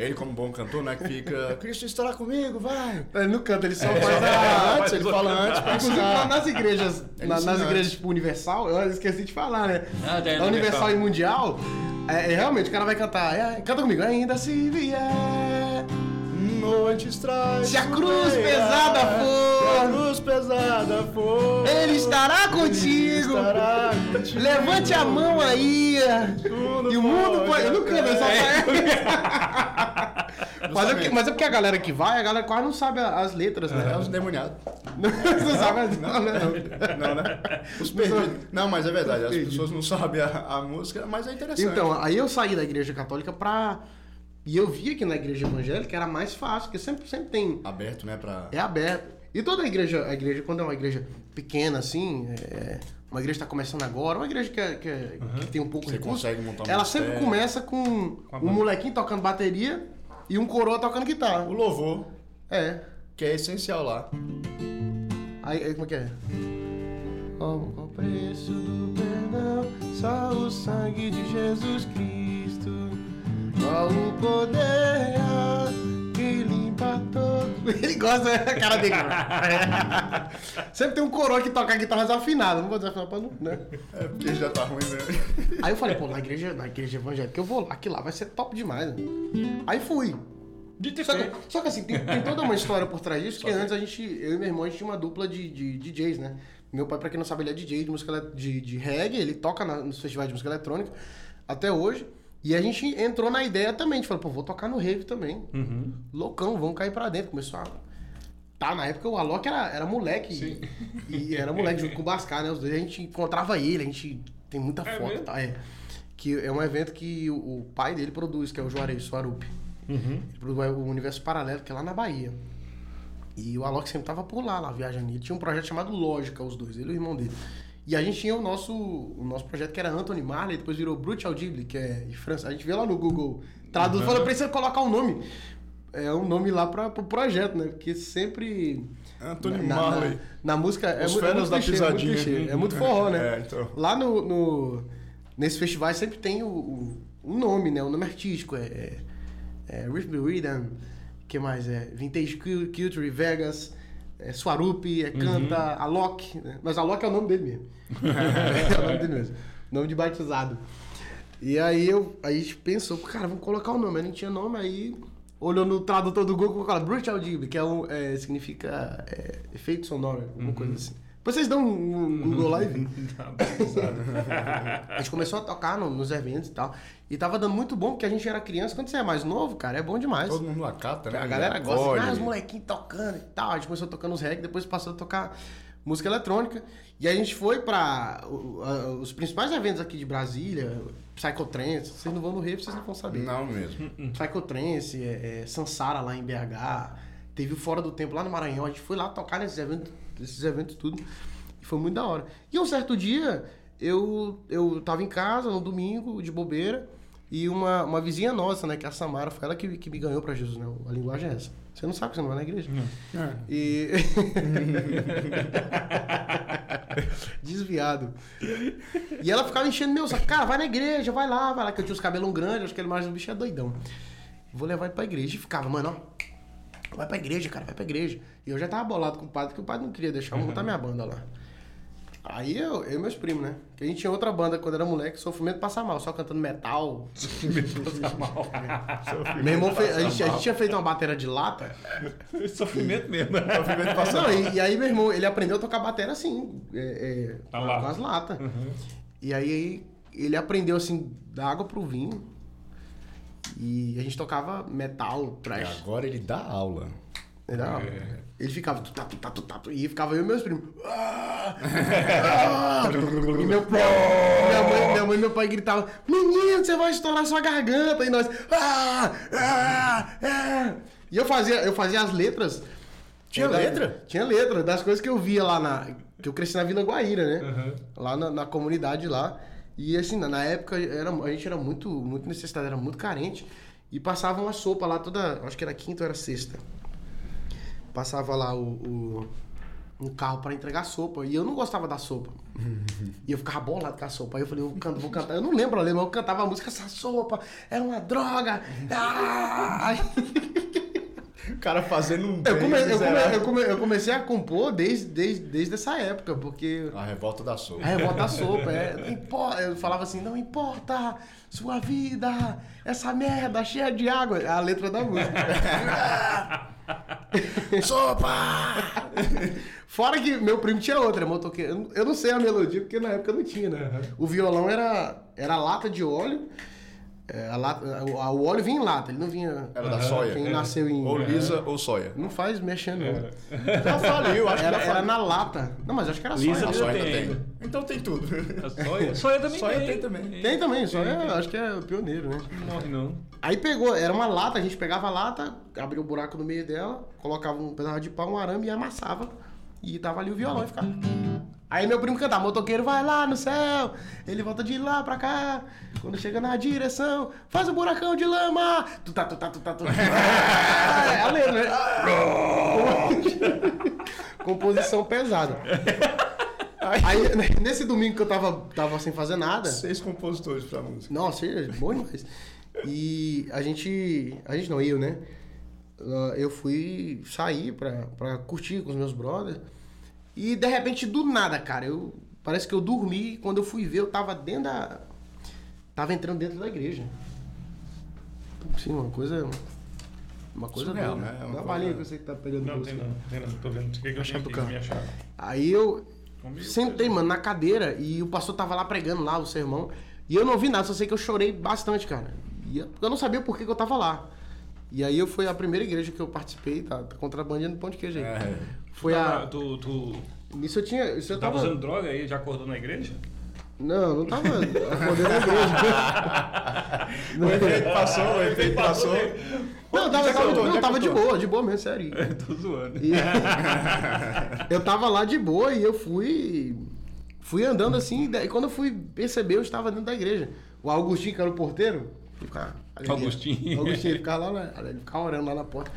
B: Ele, como bom cantor, né? Que fica. Cristo estará comigo, vai.
C: Ele não canta, É, ele só
B: Mas
C: faz
B: ah,
C: a.
B: antes, ele fala antes ah. pra
C: Inclusive, lá
B: ensinar.
C: nas igrejas,
B: É
C: na- nas
B: ensinante.
C: igrejas tipo Universal, eu esqueci de falar, né?
A: Ah, tem Universal.
C: Na Universal e Mundial, é, é, realmente o cara vai cantar, é, canta comigo, ainda se vier.
B: Noites traz.
C: Se a cruz pesada for.
B: Se a cruz pesada for.
C: Ele estará contigo.
B: estará contigo. né?
C: Levante a mão aí.
B: Tudo
C: e o mundo
B: pode
C: pode. Eu não canto, eu só "É, mas, é porque,
B: É, Justamente.
C: mas é porque a galera que vai, a galera quase não sabe a- as letras,
B: É
C: né?
B: os demoniados.
C: Não, sabe as
B: Não, não,
C: letras.
B: não, né? Os perdidos. Não, mas é verdade, as pessoas não sabem a, a música, mas é interessante.
C: Então, aí eu saí da igreja católica pra. E eu via que na igreja evangélica era mais fácil, porque sempre, sempre tem.
B: Aberto, né? Pra...
C: É aberto. E toda a igreja, a igreja, quando é uma igreja pequena, assim, é, uma igreja que tá começando agora, uma igreja que, é- que é- que tem um pouco de
B: Uhum. Você
C: recurso,
B: consegue montar um
C: ela
B: ministério.
C: sempre começa com, um molequinho tocando bateria e um coroa tocando guitarra.
B: O louvor,
C: É.
B: que é essencial lá.
C: Aí, aí como é que é? Ó, o preço do perdão, só o sangue de Jesus Cristo. Qual o poder que limpa todo. Ele gosta da cara dele. Sempre tem um coroa que toca a guitarra desafinada. Não vou desafinar pra não, né?
B: É porque já tá ruim mesmo.
C: Aí eu falei, pô, na igreja, na igreja evangélica eu vou lá, que lá vai ser top demais. né? Aí fui. Só que, só que assim, tem, tem toda uma história por trás disso, porque antes a gente, eu e meu irmão, a gente tinha uma dupla de, de, DJs, né? Meu pai, pra quem não sabe, ele é DJ de música ele- de, de reggae, ele toca na- nos festivais de música eletrônica até hoje. E a gente entrou na ideia também, a gente falou, pô, vou tocar no rave também. Loucão, vamos cair pra dentro. Começou a. Tá, na época o Alok era, era moleque. E, e era moleque junto com o Bascar, né? Os dois a gente encontrava ele, a gente tem muita
A: É
C: foto,
A: mesmo?
C: tá? É. Que é um evento que o, o pai dele produz, que é o Juarez Suarupi. Pro o universo paralelo, que é lá na Bahia. E o Alok sempre tava por lá, lá viajando. Ele tinha um projeto chamado Lógica, os dois, ele e o irmão dele. E a gente tinha o nosso, o nosso projeto que era Anthony Marley, depois virou Brutal Ghibli, que é em França. A gente vê lá no Google, traduz,
A: Uhum.
C: fala, precisa colocar um nome. É um nome lá para pro projeto, né? Porque sempre.
B: Anthony
C: na- na-
B: Marley.
C: Na, música. É,
B: Os
C: mu- é
B: feras
C: muito
B: da
C: clichê, é muito
B: pisadinha.
C: clichê, é muito forró, né?
B: É, então.
C: Lá no, no- nesse festival sempre tem o, o- um nome, né? O nome artístico é, é, é Rhythm Rhythm, que mais é Vintage Cu- Culture Vegas, é Swarupi, é
B: Uhum.
C: Canta, Alok, né? mas Alok é o nome dele mesmo. é o nome dele mesmo. Nome de batizado. E aí eu, aí a gente pensou, cara, vamos colocar o nome, aí não tinha nome, aí olhou no tradutor do Google e falou Bruce Audible, que é um, é, significa é, efeito sonoro, alguma coisa assim. Depois vocês dão um, um Google lá e vê.
A: Tá pesado.
C: A gente começou a tocar no- nos eventos e tal. E tava dando muito bom, porque a gente era criança. Quando você é mais novo, cara, é bom demais.
B: Todo mundo acata, né?
C: a galera
B: Ele
C: gosta.
B: acolhe.
C: Ah, os molequinhos tocando e tal. A gente começou tocando os reggae, depois passou a tocar música eletrônica. E a gente foi pra o- a- os principais eventos aqui de Brasília. Psychotrance. Vocês não vão no Rio, vocês não vão saber.
B: Não mesmo.
C: Psychotrance, é, é, Sansara lá em BH, teve o Fora do Tempo lá no Maranhão, a gente foi lá tocar nesses eventos, nesses eventos tudo, e foi muito da hora. E um certo dia, eu, eu tava em casa, no domingo, de bobeira, e uma, uma vizinha nossa, né, que é a Samara, foi ela que, que me ganhou pra Jesus, né, a linguagem é essa. Você não sabe que você não vai na igreja? E... Desviado. E ela ficava enchendo meu saco. Cara, vai na igreja, vai lá, vai lá. Que eu tinha os cabelos grandes, acho que ele mais o bicho é doidão. Vou levar ele pra igreja. E ficava, mano, ó. Vai pra igreja, cara, vai pra igreja. E eu já tava bolado com o padre, que o padre não queria deixar eu montar minha banda lá. Aí eu, eu e meus primos, né? Porque a gente tinha outra banda quando era moleque, sofrimento passar mal, só cantando metal.
A: Tá mal.
C: Meu irmão, fez- a, gente, a gente tinha feito uma bateria de lata.
A: Sofrimento mesmo. né?
B: Sofrimento passa
C: Não, e, e aí meu irmão, ele aprendeu a tocar bateria assim, é, é,
A: Na
C: com,
A: lata.
C: com as latas. E aí ele aprendeu assim, da água pro vinho. E a gente tocava metal,
B: E
C: trash.
B: agora ele dá aula.
C: Era-
A: É.
C: Ele ficava tu, tá, tu, tá, tu, tá, tu, e ficava eu e meus primos. Ah! Ah! e meu, minha, mãe, minha mãe e meu pai gritavam: Menino, você vai estourar sua garganta! E nós. Ah! Ah! Ah! E eu fazia, eu fazia as letras.
B: Tinha
C: Da-
B: letra?
C: Tinha letra, das coisas que eu via lá na. Que eu cresci na Vila Guaíra, né? Lá na, na comunidade lá. E assim, na, na época era, a gente era muito, muito necessitado, era muito carente. E passava uma sopa lá toda. Acho que era quinta ou era sexta passava lá o, o- um carro pra entregar sopa. E eu não gostava da sopa. e eu ficava bolado com a sopa. Aí eu falei, eu canto, vou cantar. Eu não lembro a letra, mas eu cantava a música, essa sopa é uma droga. Ah! Aí
B: O cara fazendo um
C: Eu,
B: bem
C: come- eu, come-
B: miserável.
C: eu come- eu comecei a compor desde, desde, desde essa época, porque.
B: A revolta da sopa.
C: A revolta da sopa, é. Não importa, eu falava assim, não importa sua vida, essa merda cheia de água. A letra da música.
B: sopa!
C: Fora que meu primo tinha outra, motoqueiro. Eu não- Eu não sei a melodia, porque na época não tinha, né? O violão era, era lata de óleo. é, a lata- o- a- o óleo vinha em lata, ele não vinha.
B: Era da soia.
C: Quem
B: É.
C: nasceu em.
B: Ou lisa ou soia.
C: Não faz mexendo, não.
B: Já faliu, acho que já
C: Era, era
B: faliu.
C: na lata. Não, mas acho que era
A: É. Lisa
B: A soia
C: soia.
A: Tem.
B: ainda tem. Então tem tudo.
A: A Soia, soia também
B: Soia
A: tem.
B: tem também.
C: Tem também, soia acho que é o pioneiro, né?
A: Não morre não.
C: Aí pegou, era uma lata, a gente pegava a lata, abria o buraco no meio dela, colocava um pedaço de pau, um arame e amassava. E tava ali o violão e ficava. Aí meu primo cantava, motoqueiro vai lá no céu, ele volta de lá pra cá, quando chega na direção, faz um buracão de lama! Tu tá, tu tá, tu tá, tu tá. Ah, é a letra, né? Composição pesada. Aí, nesse domingo que eu tava, tava sem fazer nada.
B: Seis compositores pra música.
C: Nossa, é bom demais. E a gente. A gente não, eu, né? Ah, Eu fui sair pra, pra curtir com os meus brothers. E de repente, do nada, cara, eu. Parece que eu dormi. Quando eu fui ver, eu tava dentro da. Tava entrando dentro da igreja. Sim, uma coisa. Uma coisa
B: Surreal,
C: doida.
B: né? É uma
C: Dá uma
B: coisa-
C: palhinha que eu sei que tá pegando
A: Não,
C: gosto.
A: tem não. Tem não. Tô vendo. Cheguei que eu
C: Chave do
A: cheguei,
C: carro.
A: minha chave.
C: Aí eu
A: Comigo,
C: sentei, mano, na cadeira e o pastor tava lá pregando lá o sermão. E eu não ouvi nada, só sei que eu chorei bastante, cara. E eu eu não sabia por que, que eu tava lá. E aí eu fui a primeira igreja que eu participei, tá, tá contrabandeando pão de queijo aí.
B: É.
C: Foi
A: Tava-
C: a.
A: Tá, Tu, tu,
C: Isso eu tinha. Isso eu
A: tava
C: tava.
A: usando droga aí, já acordou na igreja?
C: Não, não tava acordei na igreja.
B: O efeito passou, o efeito passou.
C: Não, eu
B: Já
C: tava,
B: contou,
C: não,
B: já
C: eu tava de
B: contou.
C: boa, de boa mesmo, sério.
A: Tô zoando.
C: E- eu tava lá de boa e eu fui. Fui andando assim, e daí quando eu fui perceber, eu estava dentro da igreja. O Augustinho, que era o porteiro, ficava. ali-
A: Augustinho.
C: Augustinho, ele ficava lá, na- ele ficava orando lá na porta.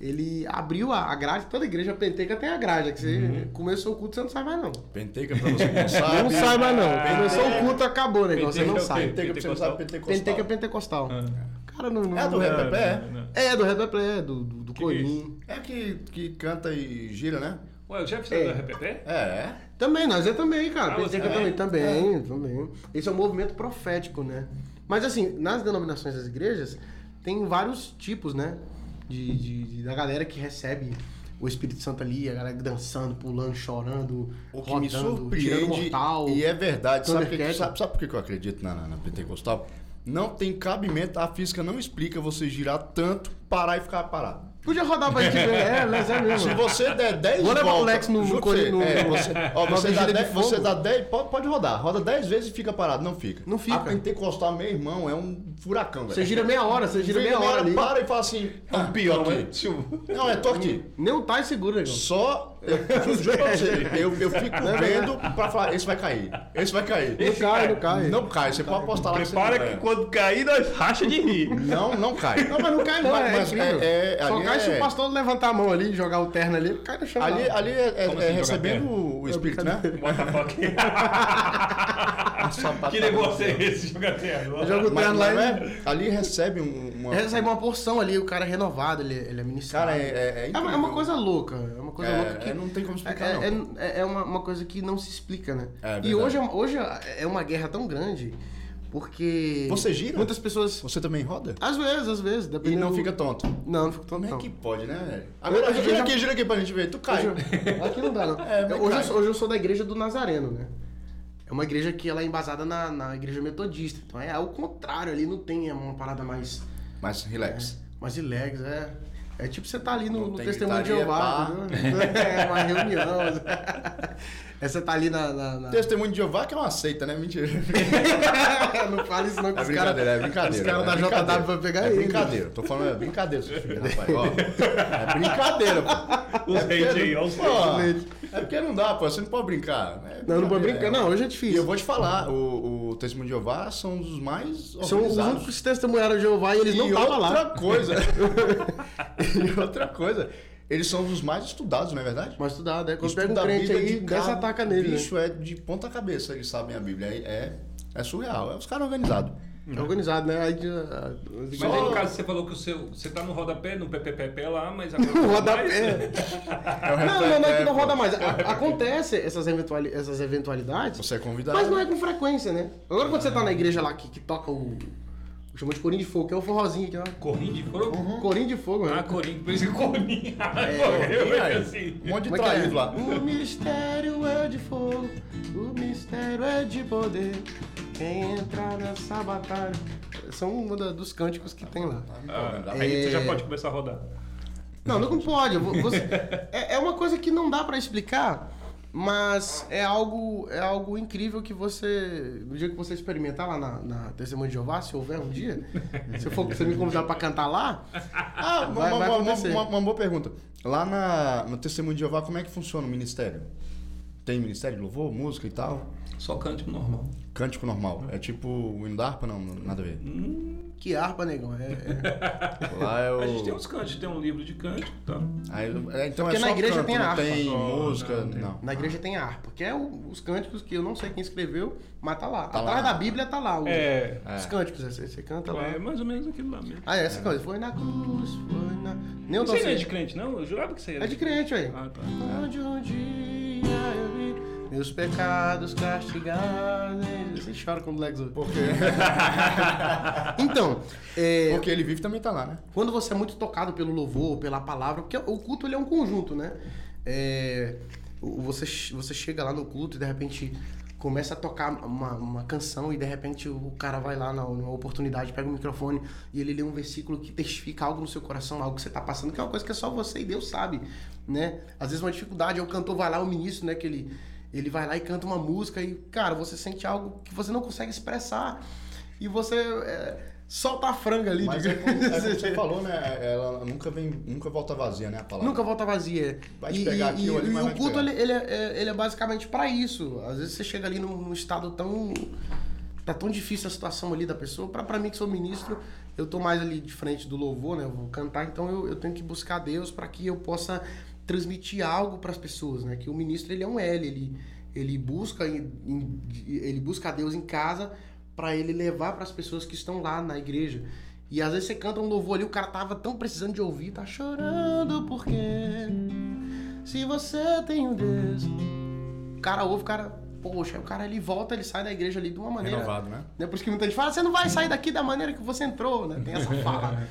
C: Ele abriu a a grade, toda igreja penteica tem a grade, é que você
A: Uhum.
C: começou o culto, você não sai mais não.
B: Penteca pra você que não
A: Ah,
B: sabe.
C: Não sai mais não. Começou o culto, acabou o negócio, você não
A: Penteica é o
C: sai.
A: quê?
B: Penteca pra você não sabe pentecostal.
C: Penteca é pentecostal.
A: Ah.
C: Cara, não, não-
B: É do
A: Não,
B: RPP, é?
A: não, não.
C: É, do Rebel Play, é, do, do, do
A: Que que é isso?
C: Corim.
B: É que, que canta e gira, né?
A: Ué, o chefe saiu da RPP?
B: É, é.
C: Também, nós é também, cara.
A: Ah, você
C: Pensei que eu também, também, também. Esse é um movimento profético, né? Mas assim, nas denominações das igrejas, tem vários tipos, né? De, de- de- da galera que recebe o Espírito Santo ali, a galera dançando, pulando, chorando,
B: O que me
C: tirando
B: surpreende
C: mortal.
B: e é verdade, sabe, por que-
C: Thundercat.
B: sabe, sabe por que que eu acredito na, na- na pentecostal? Não tem cabimento, a física não explica você girar tanto, parar e ficar parado.
C: Podia rodar pra gente ver, é, mas é mesmo.
B: Se você der 10
C: Vou
B: voltas...
C: levar o Lex no- no
B: juro pra
C: Cori-
B: você,
C: no-
B: é, você, ó,
C: na
B: você dá
C: vigília de
B: 10,
C: fogo.
B: você dá 10, pode, pode rodar, roda 10 vezes e fica parado, não fica.
C: Não fica.
B: A pentecostal, meu irmão, é um furacão, velho.
C: Você gira meia hora, você gira
B: Vem
C: meia
B: uma
C: hora ali. É
B: para e fala assim, tá um pio aqui. Não, é, tô aqui.
C: Nem um tá seguro, negão.
B: Só. Eu, juro pra você, eu, eu fico
C: é
B: vendo pra falar: esse vai cair, esse vai cair.
C: Não cai, não cai.
B: Não cai, você pode apostar lá
D: Prepara
B: que você é.
D: que quando cair, nós racha de rir.
B: Não, não cai.
C: Não, mas não cai não,
B: Mas-
C: é,
B: mas
C: incrível.
B: é- é-
C: Só
B: ali
C: cai
B: é-
C: se o pastor levantar a mão ali, jogar o terno ali, cai no chão.
B: Ali,
C: lá.
B: ali é, é-
A: Como
B: é
A: assim,
B: recebendo o, o espírito, né?
A: Bota Ah, Que negócio é esse, joga terra?
C: Joga o
B: Mas, mas
C: terno lá
B: não
C: e...
B: é, ali recebe um- uma.
C: Recebe uma porção ali, o cara é renovado, ele, ele é ministrado.
B: Cara, é- é- é
C: uma-
B: incrível.
C: uma coisa louca. É uma coisa
B: É,
C: louca que.
B: é, não tem como explicar,
C: É,
B: não.
C: é- é uma, uma coisa que não se explica, né?
B: É,
C: e
B: verdade.
C: hoje, é- hoje é uma guerra tão grande porque.
B: Você gira?
C: Muitas pessoas.
B: Você também roda?
C: Às vezes, às vezes,
B: E
C: dependendo.
B: não fica tonto.
C: Não, não fico tão
B: Como é
C: Ah, não.
B: que pode, né, velho? Agora,
C: eu
B: gira
C: já-
B: aqui, gira aqui pra gente ver. Tu cai.
C: Hoje, aqui não dá, não.
B: É, mas
C: hoje, eu
B: cai.
C: sou, hoje eu sou da igreja do Nazareno, né? É uma igreja que ela é embasada na, na igreja metodista. Então é o contrário ali, não tem é uma parada mais.
B: Mas relax.
C: mais relax, é. É tipo você tá ali no,
B: Não
C: no
B: tem
C: testemunho de
B: gritaria, pá.
C: Jeová, entendeu? É uma reunião. É, você tá ali na. na- na-
B: Testemunho de Jeová que é uma seita, né? Mentira.
C: não fala isso, não, que
B: É
C: os caras.
B: brincadeira, é brincadeira.
C: os caras
B: é
C: da
B: brincadeira.
C: JW vão pegar
B: é
C: ele.
B: brincadeira, tô falando, é brincadeira, seu filho, rapaz. Ó, é brincadeira, pô.
D: Os
B: é porque
D: hate aí,
B: não-
D: ó, os
B: pô,
C: hate.
B: É porque não dá, pô, você não pode brincar. né? É
C: Não, não vou brincar.
B: brincadeira.
C: Não, hoje é
B: E
C: difícil.
B: eu vou te falar, o, o Testemunho de Jeová são os mais
C: São os
B: organizados.
C: únicos que testemunharam Jeová e eles não
B: e
C: estavam
B: outra
C: lá.
B: coisa. e outra coisa. Eles são os mais estudados, não é verdade?
C: Mas estudado, é. Quando pega um
B: Estuda a
C: crente
B: Bíblia de
C: aí, dessa
B: cabo,
C: ataca nele. né?
B: Bicho, é de ponta cabeça, eles sabem a Bíblia. É, é, é surreal. É os caras organizados.
C: É organizado, né? Aí, ah,
A: Mas
C: ah,
A: aí, no caso, você falou que o seu. Você tá no rodapé, no PPPP lá, mas agora.
C: o
A: não mais.
C: rodapé.
B: É o
C: Não,
B: resto
C: não, não é que
B: é-
C: não roda mais. A- Acontece essas, eventuali- essas eventualidades.
B: Você é convidado.
C: Mas não é com frequência, né? Agora quando você tá na igreja lá que, que toca o. Chama de corinho de fogo, que é o forrozinho aqui, ó.
A: Corrinde, foram.
B: Uhum.
C: Corinho de fogo, né?
A: Ah, Corinthians, por isso que Corinthians. Eu
B: É, E aí?
A: eu assim.
B: Um monte de
C: Como é que é?
B: traído lá.
C: O mistério é de fogo, o mistério é de poder. Quem entrar nessa batalha. São um da- dos cânticos que tem lá.
A: Ah, aí tu
B: É.
A: já pode começar a rodar.
C: Não, não pode. eu vou- você- é, é uma coisa que não dá pra explicar, mas é algo, é algo incrível que você. No dia que você experimentar lá na, na Testemunha de Jeová, se houver um dia, se for você me convidar pra cantar lá,
B: Ah, uma,
C: Vai-
B: uma-
C: vai
B: uma-
C: acontecer.
B: uma- uma boa pergunta. Lá na, no Testemunho de Jeová, como é que funciona o ministério? Tem ministério de louvor, música e tal?
A: Só cântico normal.
B: Cântico normal. É tipo o hino da harpa? Não, nada a ver.
C: que harpa, negão. É, é.
B: Lá é o...
A: A gente tem uns cânticos, tem um livro de cântico, tá?
B: Aí, é, então
C: Porque
B: é
C: na
B: só
C: igreja
B: canto,
C: tem a
B: não
C: harpa.
B: tem
A: Só,
B: música,
A: não, tem.
B: não.
C: Na igreja tem harpa, que é o- os cânticos que eu não sei quem escreveu, mas tá lá.
B: Tá
C: Atrás
B: lá.
C: da Bíblia tá lá. o-
A: É.
C: Os cânticos, você, você canta lá.
A: É mais ou menos aquilo lá mesmo.
C: Ah, é, essa coisa. Foi na cruz, foi na. Nem o
A: Você não é
C: nosso-
A: de crente, não? Eu jurava que você era.
C: É de crente, aí.
A: Ah, tá.
C: Onde um dia eu vi meus pecados castigados. Você chora quando o Lex ouve.
B: Porque,
C: Então, é,
B: porque ele vive também tá lá, né?
C: quando você é muito tocado pelo louvor, pela palavra, porque o culto ele é um conjunto, né? É, o- você, che- você chega lá no culto e de repente começa a tocar uma, uma canção e de repente o cara vai lá na, numa oportunidade, pega o microfone e ele lê um versículo que testifica algo no seu coração, algo que você tá passando, é que é uma coisa que só você e Deus sabe, né? Às vezes uma dificuldade, aí o cantor vai lá, o ministro, né, que ele Ele vai lá e canta uma música e, cara, você sente algo que você não consegue expressar. E você é, solta a franga ali.
B: Mas é
C: digamos
B: como, é como
C: assim.
B: você falou, né? Ela nunca vem, nunca volta vazia, né? A palavra.
C: Nunca volta vazia.
B: Vai te pegar aqui
C: e,
B: ou ali,
C: e
B: mas
C: o
B: vai te
C: culto,
B: pegar.
C: ele, ele é, ele é basicamente pra isso. Às vezes você chega ali num, num estado tão... Tá tão difícil a situação ali da pessoa. Pra, pra mim, que sou ministro, eu tô mais ali de frente do louvor, né? Eu vou cantar, então eu, eu tenho que buscar Deus pra que eu possa transmitir algo pras pessoas, né? Que o ministro, ele é um L, ele, ele busca em- em- ele busca a Deus em casa pra ele levar pras pessoas que estão lá na igreja. E às vezes você canta um louvor ali, o cara tava tão precisando de ouvir, tá chorando porque se você tem um Deus. O cara ouve, o cara, poxa, aí o cara ele volta, ele sai da igreja ali de uma maneira.
B: Renovado, né?
C: né? Por isso que muita gente fala, você não vai sair daqui da maneira que você entrou, né? Tem essa fala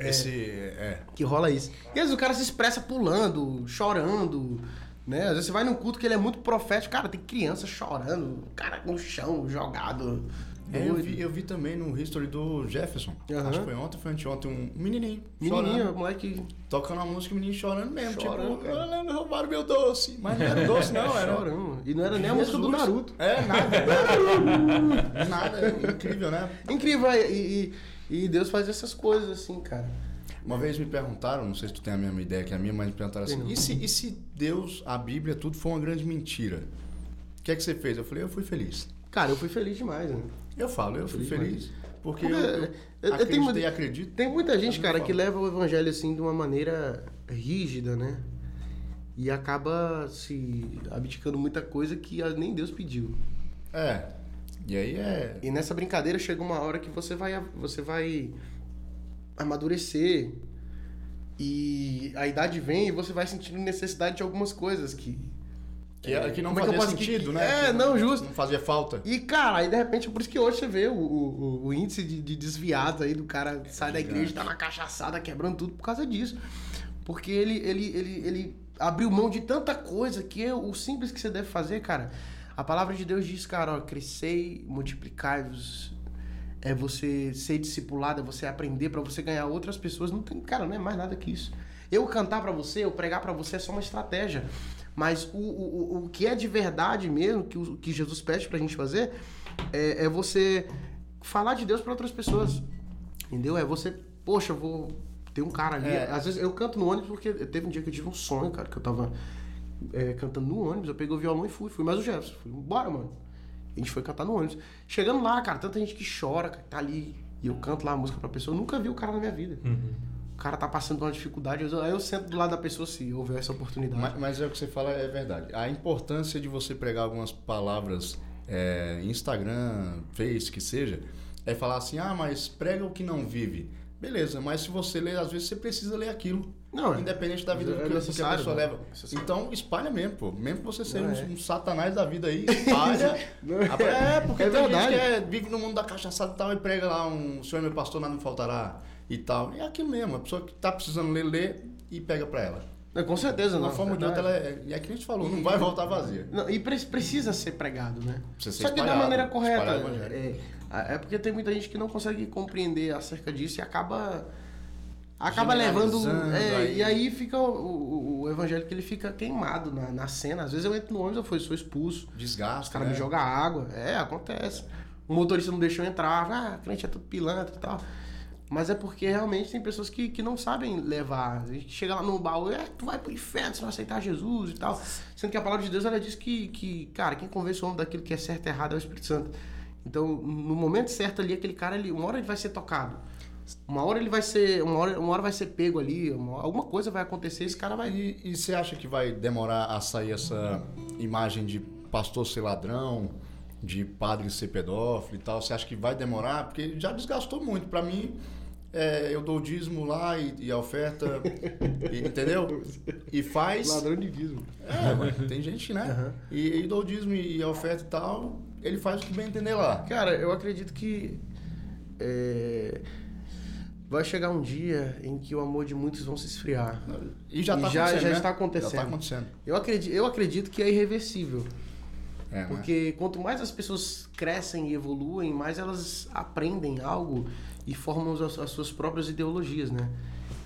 B: Esse. É.
C: que rola isso. E às vezes o cara se expressa pulando, chorando, né? Às vezes você vai num culto que ele é muito profético, cara, tem criança chorando, cara no chão, jogado.
B: É, eu,
C: doido.
B: vi, eu vi também no history do Jefferson.
C: Aham.
B: Acho que foi ontem, foi anteontem, um menininho.
C: Menininho,
B: chorando,
C: moleque
B: Tocando uma música, o menino chorando mesmo.
C: Chorando,
B: tipo,
C: cara.
B: "Ah, roubaram meu doce. Mas não era doce, não, era.
C: chorando. E não era nem a música do
B: Jesus.
C: Naruto.
B: É, nada. nada, é incrível, né?
C: Incrível, é, e, e, e Deus faz essas coisas assim, cara.
B: Uma vez me perguntaram, não sei se tu tem a mesma ideia que a minha, mas me perguntaram assim:
C: Tenho.
B: e se, e se Deus, a Bíblia, tudo foi uma grande mentira? O que é que você fez? Eu falei: eu fui feliz.
C: Cara, eu fui feliz demais, né?
B: Eu falo, eu fui feliz. Porque eu,
C: Porque
B: eu,
C: eu- eu tenho
B: acreditei
C: uma-
B: e acredito.
C: Tem muita
B: Mas
C: gente, cara,
B: não
C: que
B: fala.
C: leva o evangelho assim de uma maneira rígida, né? E acaba se abdicando muita coisa que nem Deus pediu.
B: É. E aí é.
C: E nessa brincadeira chega uma hora que você vai, você vai amadurecer. E a idade vem e você vai sentindo necessidade de algumas coisas que.
B: Que, é- que não
C: Como é que eu
B: fazia
C: posso- que-
B: sentido,
C: que-
B: né?
C: é,
B: Que
C: não, justo.
B: Não fazia falta.
C: E, cara, aí de repente, por isso que hoje você vê o, o, o- o índice de, de desviados aí do cara sai da igreja, tá na cachaçada, quebrando tudo por causa disso. Porque ele, ele, ele, ele abriu mão de tanta coisa que é o simples que você deve fazer, cara. A palavra de Deus diz, cara, ó, crescei, multiplicai-vos. É você ser discipulado, é você aprender pra você ganhar outras pessoas. Não tem, cara, não é mais nada que isso. Eu cantar pra você, eu pregar pra você é só uma estratégia. Mas o, o, o- o que é de verdade mesmo, que, o, que Jesus pede pra gente fazer, é, é você falar de Deus pra outras pessoas. Entendeu? É você, poxa, eu vou. Tem um cara ali.
B: É.
C: Às vezes eu canto no ônibus porque teve um dia que eu tive um sonho, cara, que eu tava é, cantando no ônibus. Eu peguei o violão e fui, fui mais o Jefferson. Fui, bora, mano. A gente foi cantar no ônibus. Chegando lá, cara, tanta gente que chora, cara, que tá ali. E eu canto lá a música pra pessoa. Eu nunca vi o cara na minha vida.
B: Uhum.
C: O cara tá passando por uma dificuldade. eu- Aí eu sento do lado da pessoa se houver essa oportunidade.
B: Mas, mas é o que você fala, é verdade. A importância de você pregar algumas palavras é, Instagram, Face, que seja, é falar assim, ah, mas prega o que não vive. Beleza, mas se você ler, às vezes você precisa ler aquilo.
C: Não, é.
B: Independente da vida
C: É
B: do que- do que, a
C: necessário,
B: pessoa
C: né?
B: leva.
C: Necessário.
B: Então espalha mesmo, pô. Mesmo que você seja
C: Não,
B: um,
C: é.
B: um satanás da vida aí, espalha.
C: Não,
B: é, porque
C: é
B: tem
C: verdade.
B: gente que é- vive no mundo da cachaçada e tal e prega lá um Senhor é meu pastor, nada me faltará e tal. É aquilo mesmo, a pessoa que tá precisando ler, lê e pega pra ela.
C: É, Com certeza,
B: Na
C: não.
B: forma de outra, ela é, e é que a gente falou, não vai voltar vazia.
C: Não, e pre- precisa ser pregado, né?
B: Precisa ser
C: Só que da
B: espalhado,
C: maneira correta.
B: espalhar o evangelho.
C: É, é é porque tem muita gente que não consegue compreender acerca disso e acaba acaba levando
B: Generalizando,
C: é,
B: aí-
C: e aí fica o, o, o evangélico ele fica queimado na, na cena. Às vezes eu entro no ônibus, eu fui, sou expulso. Os
B: Desgasta,
C: caras
B: né?
C: me jogam água. É, acontece. O motorista não deixou eu entrar. Ah, crente é tudo pilantra e tal. Mas é porque realmente tem pessoas que, que não sabem levar. A gente chega lá no baú, é, tu vai pro inferno se não aceitar Jesus e tal. Sendo que a palavra de Deus, ela diz que, que cara, quem convence o homem daquilo que é certo e errado é o Espírito Santo. Então, no momento certo ali, aquele cara, ele, uma hora ele vai ser tocado. Uma hora ele vai ser. Uma hora, uma hora vai ser pego ali. uma- alguma coisa vai acontecer, esse cara vai.
B: E, e você acha que vai demorar a sair essa imagem de pastor ser ladrão, de padre ser pedófilo e tal? Você acha que vai demorar? Porque já desgastou muito. Pra mim, é, eu dou o dízimo lá e, e a oferta, e- entendeu? E faz.
C: de dízimo.
B: É, mano, tem gente, né? E, e dou o dízimo e a oferta e tal, ele faz o que bem entender lá.
C: Cara, eu acredito que é, vai chegar um dia em que o amor de muitos vão se esfriar.
B: E já
C: E
B: tá
C: já-
B: acontecendo.
C: já
B: né?
C: está acontecendo.
B: Já tá acontecendo.
C: Eu acredito, eu acredito que é irreversível.
B: É, né?
C: Porque quanto mais as pessoas crescem e evoluem, mais elas aprendem algo e formam as, as suas próprias ideologias, né?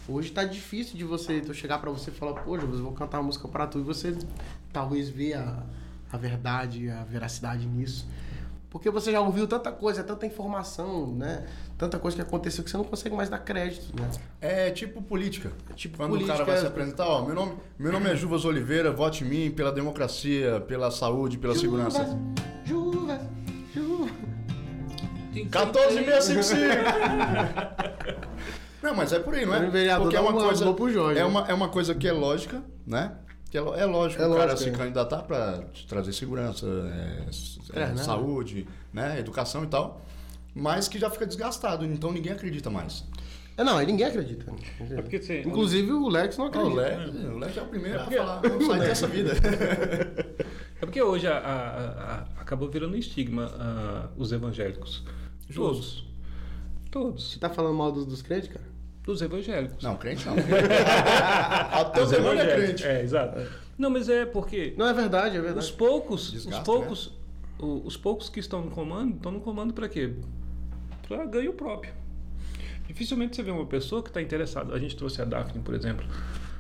C: Hoje tá difícil de você de eu chegar pra você e falar, pô, eu vou cantar uma música pra tu e você talvez ver a, a verdade, a veracidade nisso. Porque você já ouviu tanta coisa, tanta informação, né? Tanta coisa que aconteceu que você não consegue mais dar crédito, né?
B: É tipo política.
C: É tipo
B: Quando
C: política,
B: o cara vai
C: é-
B: se apresentar, ó, meu nome, meu nome é Juvas Oliveira, vote em mim pela democracia, pela saúde, pela segurança.
C: Juva, Juva.
B: 14655! não, mas é por aí, não é?
C: O vereador
B: Porque é
C: dá
B: uma
C: uma
B: coisa
C: boa pro Jorge.
B: é uma é uma coisa que é lógica, né? Que é, lo- é lógico
C: É
B: o cara
C: lógico,
B: se
C: é.
B: candidatar para trazer segurança, é, s- é,
C: É, né?
B: saúde, né, educação e tal, mas que já fica desgastado, então ninguém acredita mais.
C: É, não, aí ninguém acredita. Ninguém acredita.
A: É porque você-
C: Inclusive o Lex não
B: Ah,
C: acredita.
B: o Leque, o Leque é o primeiro a falar, vamos sair dessa vida.
A: É porque hoje a- a- a- acabou virando um estigma a- os evangélicos. Todos. Todos.
C: Você tá falando mal dos, dos crentes, cara?
A: Dos evangélicos.
B: Não, crente não. Até o demônio é crente.
A: É, exato. Não, mas é porque
C: Não, é verdade, é verdade.
A: os poucos,
B: Desgasta,
A: os poucos, o- os poucos que estão no comando, estão no comando para quê? Para ganho próprio. Dificilmente você vê uma pessoa que está interessada. A gente trouxe a Daphne, por exemplo.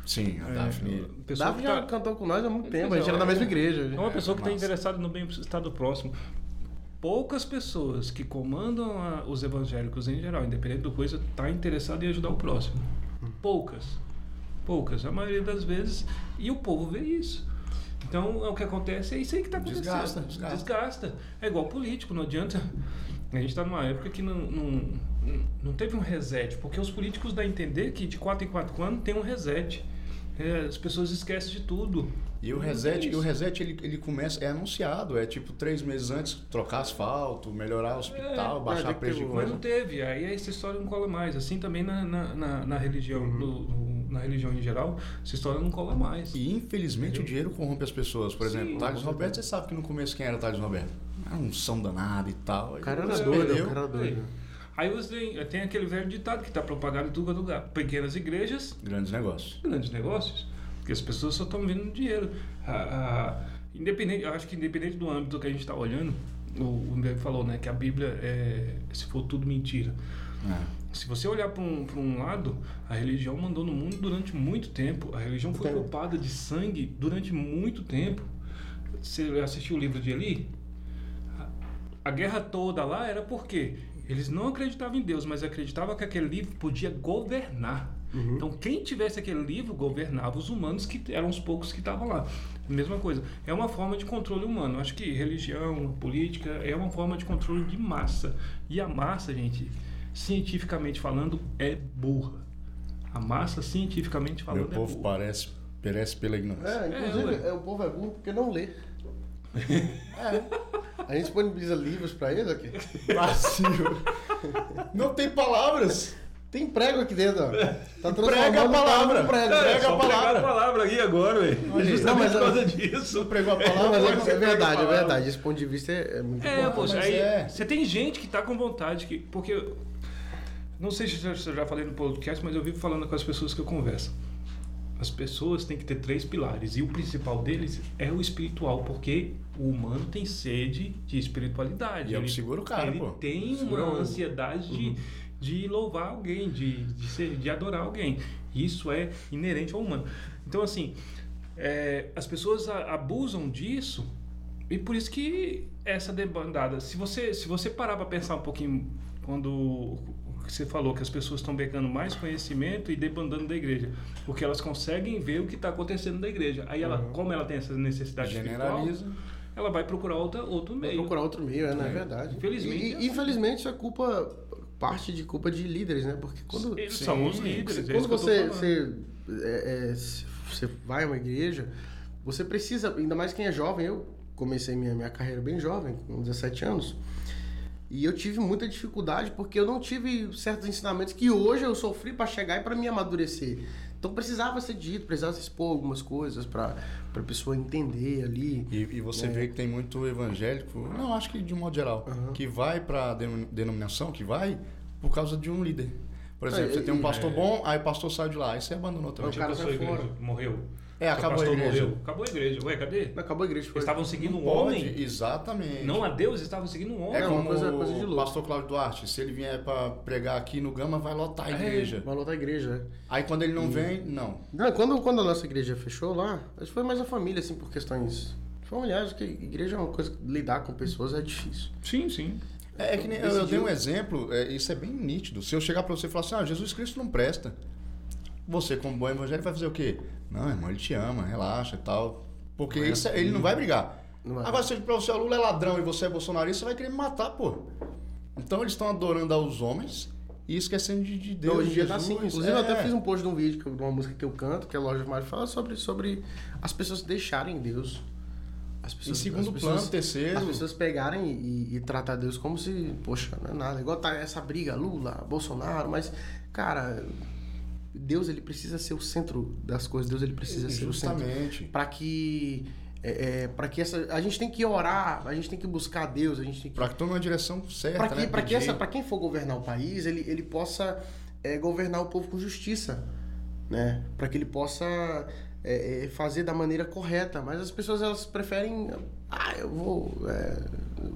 B: Sim, a É. Daphne.
A: Uma pessoa
C: Davi
A: que
C: já
A: tá-
C: cantou com nós há muito um tempo, a
A: Pois
C: gente
A: é,
C: era da
A: é.
C: mesma igreja.
A: É uma pessoa que está
B: massa.
A: interessada no bem-estar do próximo. Poucas pessoas que comandam a- os evangélicos em geral, independente do coisa, tá interessada em ajudar o próximo.
B: Hum.
A: Poucas. Poucas, a maioria das vezes. E o povo vê isso. Então, é o que acontece é isso aí que está acontecendo.
B: Desgasta, desgasta.
A: Desgasta. É igual político, não adianta. A gente está numa época que não, não, não teve um reset, porque os políticos dão a entender que de 4 em 4 anos tem um reset. É, as pessoas esquecem de tudo.
B: E o É
A: Não
B: reset,
A: tem
B: e o
A: isso.
B: reset ele, ele começa, é anunciado, é tipo três meses antes, trocar asfalto, melhorar o hospital,
C: É,
B: baixar
C: tem que ter
B: preço de
C: o-
A: Mas
B: coisa.
A: não teve, aí é essa história não cola mais. Assim também na, na, na, na religião,
C: Uhum.
A: no- no- na religião em geral, essa história não cola mais.
B: E infelizmente o dinheiro corrompe as pessoas. Por
A: Sim.
B: exemplo, Thales Roberto, você sabe que no começo quem era Thales Roberto? Era um são danado e tal.
C: O cara era
B: Você
C: doido,
B: perdeu.
C: o cara era doido.
A: Aí você tem, eh, tem aquele velho ditado que está propagado em todo lugar. Pequenas igrejas,
B: Grandes negócios.
A: grandes negócios. Porque as pessoas só estão vendo dinheiro. A- a- independente, eu acho que independente do âmbito que a gente está olhando, o, o Miguel falou, né? Que a Bíblia é, se for tudo mentira.
B: É.
A: Se você olhar para um, pra um lado, a religião mandou no mundo durante muito tempo. A religião foi
C: Tem.
A: culpada de sangue durante muito tempo. Você assistiu o livro de Eli? A, a guerra toda lá era porque eles não acreditavam em Deus, mas acreditavam que aquele livro podia governar.
B: Uhum.
A: Então, quem tivesse aquele livro governava os humanos, que eram os poucos que estavam lá. Mesma coisa. É uma forma de controle humano. Acho que religião, política, é uma forma de controle de massa. E a massa, gente, cientificamente falando, é burra. A massa, cientificamente
B: Meu
A: falando, é
B: povo
A: burra.
B: parece, perece pela ignorância.
C: É, inclusive,
A: ué.
C: é, o povo é burro porque não lê. É. A gente disponibiliza livros pra eles aqui.
B: Vacilo. não tem palavras.
C: Tem prego aqui dentro, ó. Tá transformando
B: Prega a palavra.
C: em prego.
B: É,
C: Prega
B: só
C: a palavra.
B: palavra.
D: Pegaram a palavra aqui agora, velho.
C: Não,
D: Justamente
C: mas
D: por
C: eu-
D: causa disso.
B: Não pregou a
C: Não,
B: palavra.
C: mas é-
B: mas
C: é, verdade, é
D: palavra.
C: verdade. Esse ponto de vista é, é muito
A: É,
C: importante.
A: poxa,
B: mas
A: aí
B: é.
A: você tem gente que tá com vontade que porque não sei se eu já- se eu já falei no podcast, mas eu vivo falando com as pessoas que eu converso. As pessoas têm que ter três pilares e o principal deles é o espiritual, porque o humano tem sede de espiritualidade.
B: E é o que segura o
C: Tá,
B: cara,
A: ele
B: pô.
A: tem
C: é
B: Segura
C: um-
A: uma
B: o-
A: ansiedade
C: Uhum.
A: de, de louvar alguém, de, de, ser- de adorar alguém. Isso é inerente ao humano. Então, assim, é, as pessoas a- abusam disso e por isso que essa debandada. Se você, se você parar para pensar um pouquinho quando o que você falou que as pessoas estão becando mais conhecimento e debandando da igreja, porque elas conseguem ver o que está acontecendo da igreja. Aí ela,
C: Uhum.
A: como ela tem essa necessidade espiritual,
B: Generaliza.
A: ela vai procurar outra, outro
C: Vai
A: meio.
C: procurar outro meio, é, na verdade.
A: Infelizmente,
C: E-
A: é
C: E, infelizmente, isso é culpa. Parte de culpa de líderes, né? Porque quando.
A: Eles
B: Sim.
A: são os líderes. é
C: Quando
A: isso que eu tô
C: você,
A: falando.
C: você, é, é, se- você vai a uma igreja, você precisa, ainda mais quem é jovem, eu comecei minha, minha carreira bem jovem, com 17 anos, e eu tive muita dificuldade porque eu não tive certos ensinamentos que hoje eu sofri para chegar e para me amadurecer. Então precisava ser dito, precisava se expor algumas coisas para a pessoa entender ali.
B: E, e você vê que tem muito evangélico, não, acho que de um modo geral, que vai pra denom- denominação, que vai por causa de um líder. Por exemplo,
C: É,
B: você tem um
C: e-
B: pastor bom, aí o pastor sai de lá, aí você abandonou também.
C: o cara
A: Tipo,
C: sai
A: a sua igreja
C: fora.
A: Morreu.
B: É,
A: Seu
B: acabou a
A: pastor
B: igreja.
A: Morreu. Acabou a igreja. Ué, cadê? Eles
C: Acabou a igreja. Foi.
A: estavam seguindo um
B: Pode,
A: homem.
B: exatamente.
A: Não a Deus, eles estavam seguindo um
B: é
A: homem.
C: não,
B: como
C: uma coisa- coisa de
B: o
C: louco.
B: pastor Cláudio Duarte, se ele vier pra pregar aqui no Gama, vai lotar
A: É.
B: a igreja.
C: Uma outra igreja, né?
B: Aí quando
A: Hum.
B: ele não vem, não.
C: Não, quando, quando a nossa igreja fechou lá, acho que foi mais a família, assim, por questões familiares, que igreja é uma coisa que lidar com pessoas é difícil.
A: Sim, sim.
B: É, é que nem, eu, eu dei um exemplo, é, isso é bem nítido. Se eu chegar pra você e falar assim, ah, Jesus Cristo não presta. Você, como bom evangélico, vai fazer o quê? Não, irmão, ele te ama, relaxa e tal. Porque isso é- ele não vai brigar.
C: assim. Não vai.
B: Agora, se pra você o Lula é ladrão e você é bolsonarista, você vai querer me matar, pô. Então eles estão adorando aos homens e esquecendo de, de Deus.
C: Então, hoje em dia tá
B: Jesus.
C: assim. Inclusive, eu
B: É.
C: até fiz um post de um vídeo, que eu- de uma música que eu canto, que é Loja Mário, fala sobre, sobre as pessoas deixarem Deus. As pessoas,
B: Em segundo
C: as
B: plano, terceiro.
C: As pessoas pegarem e, e tratar Deus como se, poxa, não é nada. Igual tá essa briga, Lula, Bolsonaro, mas, cara, Deus ele precisa ser o centro das coisas, Deus ele precisa ser o centro.
B: Justamente.
C: Pra que. É, para que essa. A gente tem que orar, a gente tem que buscar Deus, a gente tem que
B: Pra que tome uma direção certa,
C: para que,
B: né?
C: pra que
B: Pedir.
C: essa, pra quem for governar o país, ele, ele possa é, governar o povo com justiça, né? Para que ele possa é, é, fazer da maneira correta. Mas as pessoas elas preferem, ah, eu vou é,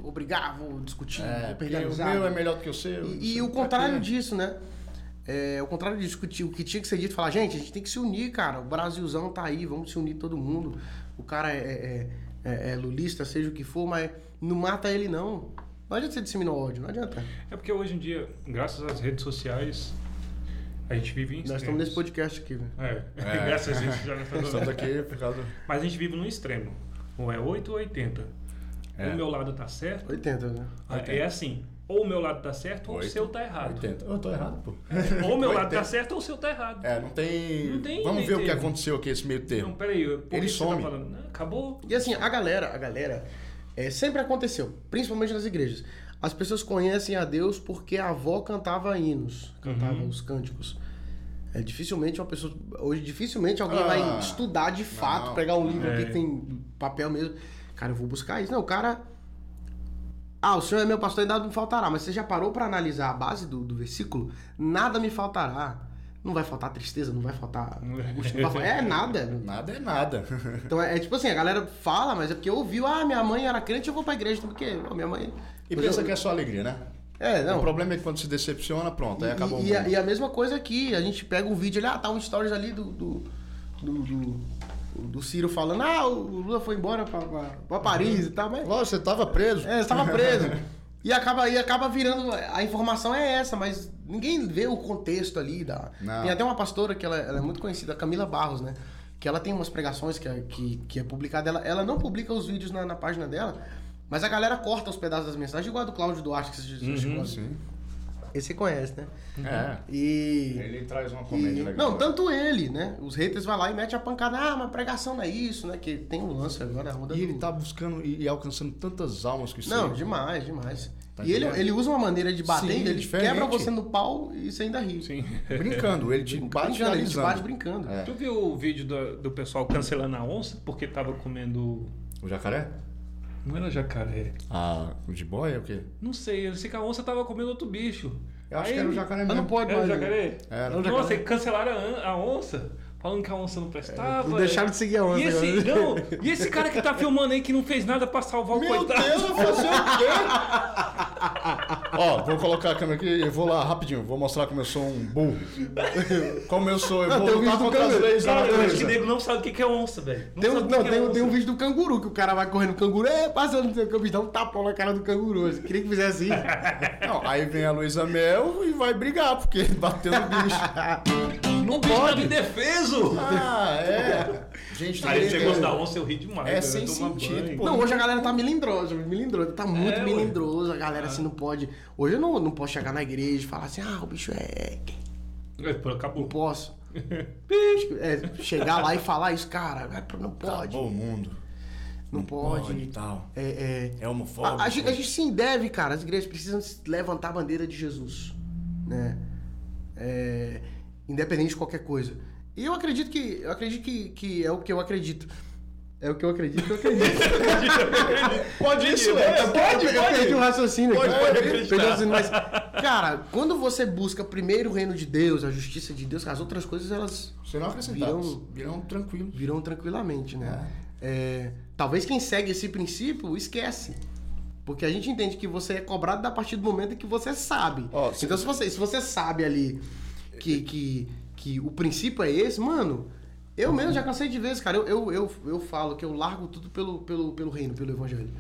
C: vou brigar, vou discutir,
B: É,
C: vou
B: porque
C: perder a
B: o
C: amizade.
B: meu é melhor do que o seu.
C: E, e o contrário disso, né? É, o contrário de discutir o que tinha que ser dito, falar, gente, a gente tem que se unir, cara. O Brasilzão tá aí, vamos se unir todo mundo. O cara é, é- é- é lulista, seja o que for, mas não mata ele, não. Não adianta você disseminar ódio, não adianta.
A: É porque hoje em dia, graças às redes sociais, a gente vive em
C: Nós estamos nesse podcast aqui, velho.
A: É, graças a Deus já tá todo-
B: Estamos aqui por causa do...
A: Mas a gente vive num extremo. Ou é 8 ou 80.
B: É.
A: O meu lado tá certo.
C: 80, né?
A: Ah, É assim. Ou o meu lado tá certo ou o
B: Oito.
A: seu tá errado.
B: 80. Eu tô errado, pô.
A: Ou o meu lado
B: 80.
A: tá certo ou o seu tá errado.
B: É, não tem.
A: Não tem
B: Vamos
A: meio
B: ver o que
A: termo.
B: aconteceu aqui esse meio
A: Não,
B: termo.
A: peraí. eu- Por
B: Ele
A: isso que você
B: some.
A: tá falando. "Não, Acabou.
C: E assim, a galera, a galera, é, sempre aconteceu, principalmente nas igrejas. As pessoas conhecem a Deus porque a avó cantava hinos, cantava
B: Uhum.
C: os cânticos. É, dificilmente uma pessoa. Hoje, dificilmente alguém
B: Ah,
C: vai estudar de fato,
B: não.
C: pegar um livro
A: É.
C: aqui que tem papel mesmo. Cara, eu vou buscar isso. Não, o cara. Ah, o Senhor é meu pastor e nada me faltará. Mas você já parou pra analisar a base do, do versículo? Nada me faltará. Não vai faltar tristeza, não vai faltar angústia, não vai faltar. É nada.
B: Nada é nada.
C: Então é, é tipo assim, a galera fala, mas é porque ouviu, ah, minha mãe era crente, eu vou pra igreja, Então, porque ó, minha mãe.
B: E
C: Mas
B: pensa
C: eu-
B: que é só alegria, né?
C: É, não.
B: O problema é que quando se decepciona, pronto, aí acabou
C: e,
B: o
C: e a,
B: mundo.
C: e a mesma coisa aqui, a gente pega um vídeo ali, ah, tá um stories ali do. do, do, do do Ciro falando, ah, o Lula foi embora pra, pra, pra Paris e tal, mas.
B: Lógico, você tava preso.
C: É, estava preso. E acaba, e acaba virando. A informação é essa, mas ninguém vê o contexto ali. Da...
B: Não.
C: Tem até uma pastora que ela, ela é muito conhecida, Camila Barros, né? Que ela tem umas pregações que é, que, que é publicada. Ela, ela não publica os vídeos na, na página dela, mas a galera corta os pedaços das mensagens, igual a do Cláudio Duarte, que você,
B: Uhum.
C: você conhece.
B: Sim.
C: Esse você conhece, né?
B: assim? É.
C: E.
B: Ele traz uma
C: E-
B: comédia legal.
C: Não, tanto ele, né? Os haters vai lá e mete a pancada. Ah, mas pregação não é isso, né? Que tem um lance agora, a onda
B: E
C: do-
B: ele tá buscando e, e alcançando tantas almas que o
C: não,
B: Senhor-
C: demais, demais.
B: Tá
C: e ele,
B: entendendo?
C: ele usa uma maneira de bater,
B: Sim, é
C: ele
B: diferente.
C: quebra você no pau e você ainda ri.
A: Sim.
B: Brincando, ele te bate
C: brincando, ele te
B: analisando.
C: bate brincando.
B: É.
A: Tu viu o vídeo do, do pessoal cancelando a onça porque tava comendo.
B: O jacaré?
A: Não era jacaré.
B: Ah, o de boia é o quê?
A: Não sei, eu sei que a onça tava comendo outro bicho.
B: Eu acho
A: Aí
B: que era o
A: ele-
B: jacaré
C: Mas
B: mesmo.
C: não pode
A: Era o
C: mais.
A: É, jacaré?
B: Era.
A: Nossa, e cancelaram a an- a onça, falando que a onça não prestava.
C: É, deixaram de seguir a onça
A: E esse,
C: agora.
A: não, e esse cara que tá filmando aí que não fez nada pra salvar o
B: Meu
A: coitado?
B: Deus, eu vou fazer o quê? Ó, vou colocar a câmera aqui e vou lá rapidinho. Vou mostrar como eu sou um burro. Como eu sou, eu
C: Ah,
B: vou
C: tem
B: lutar
C: um vídeo do
B: contra as
C: câmera.
B: leis da
A: Cara, eu acho que
B: natureza.
A: nego não sabe o que que é onça, velho.
C: Tem um,
A: sabe o
C: não,
A: que
C: tem,
A: que é
C: um- tem um
A: onça.
C: vídeo do canguru, que o cara vai correndo, o canguru, é, passando no seu campo, dá um tapão na cara do canguru. Eu queria que fizesse isso.
B: Não, aí vem a Luísa Mel e vai brigar, porque bateu no bicho.
A: Não pode. Um indefeso.
B: Ah, é. Gente,
A: Aí
B: tem-
A: esse negócio da onça eu ri demais.
B: É
A: velho,
B: sem
A: tomar banho.
B: sentido, pô.
C: Não, hoje a galera tá melindrosa, melindrosa, tá muito
A: É, ué.
C: melindrosa, a galera
B: Ah.
C: assim não pode. Hoje eu não, não posso chegar na igreja e falar assim, ah, o bicho é.
A: É, pô, acabou.
C: Não posso. É, chegar lá e falar isso, cara, não pode,
B: Acabou tá. o mundo.
C: não
B: e
C: pode.
B: tal.
C: É, é,
B: É homofóbico.
C: A, a gente, a gente sim deve, cara. As igrejas precisam se levantar a bandeira de Jesus, né? É, independente de qualquer coisa. E eu acredito que eu acredito que, que é o que eu acredito. É o que eu acredito que eu acredito.
B: Pode isso,
C: Eu-
B: é.
C: eu perdi- eu um perdi o raciocínio
B: Pode,
C: aqui.
B: pode
C: Eu perdi o
B: acreditar.
C: raciocínio, mas, cara, quando você busca primeiro o reino de Deus, a justiça de Deus, as outras coisas elas
B: Serão acrescentados. Virão tranquilos.
C: virão tranquilamente, né? É, talvez quem segue esse princípio esquece. Porque a gente entende que você é cobrado a partir do momento que você sabe.
B: Ó, se-
C: Então, se você, se você sabe ali que, que, que o princípio é esse, mano, Eu mesmo já cansei de vezes, cara. Eu, eu, eu, eu falo que eu largo tudo pelo, pelo, pelo reino, pelo evangelho.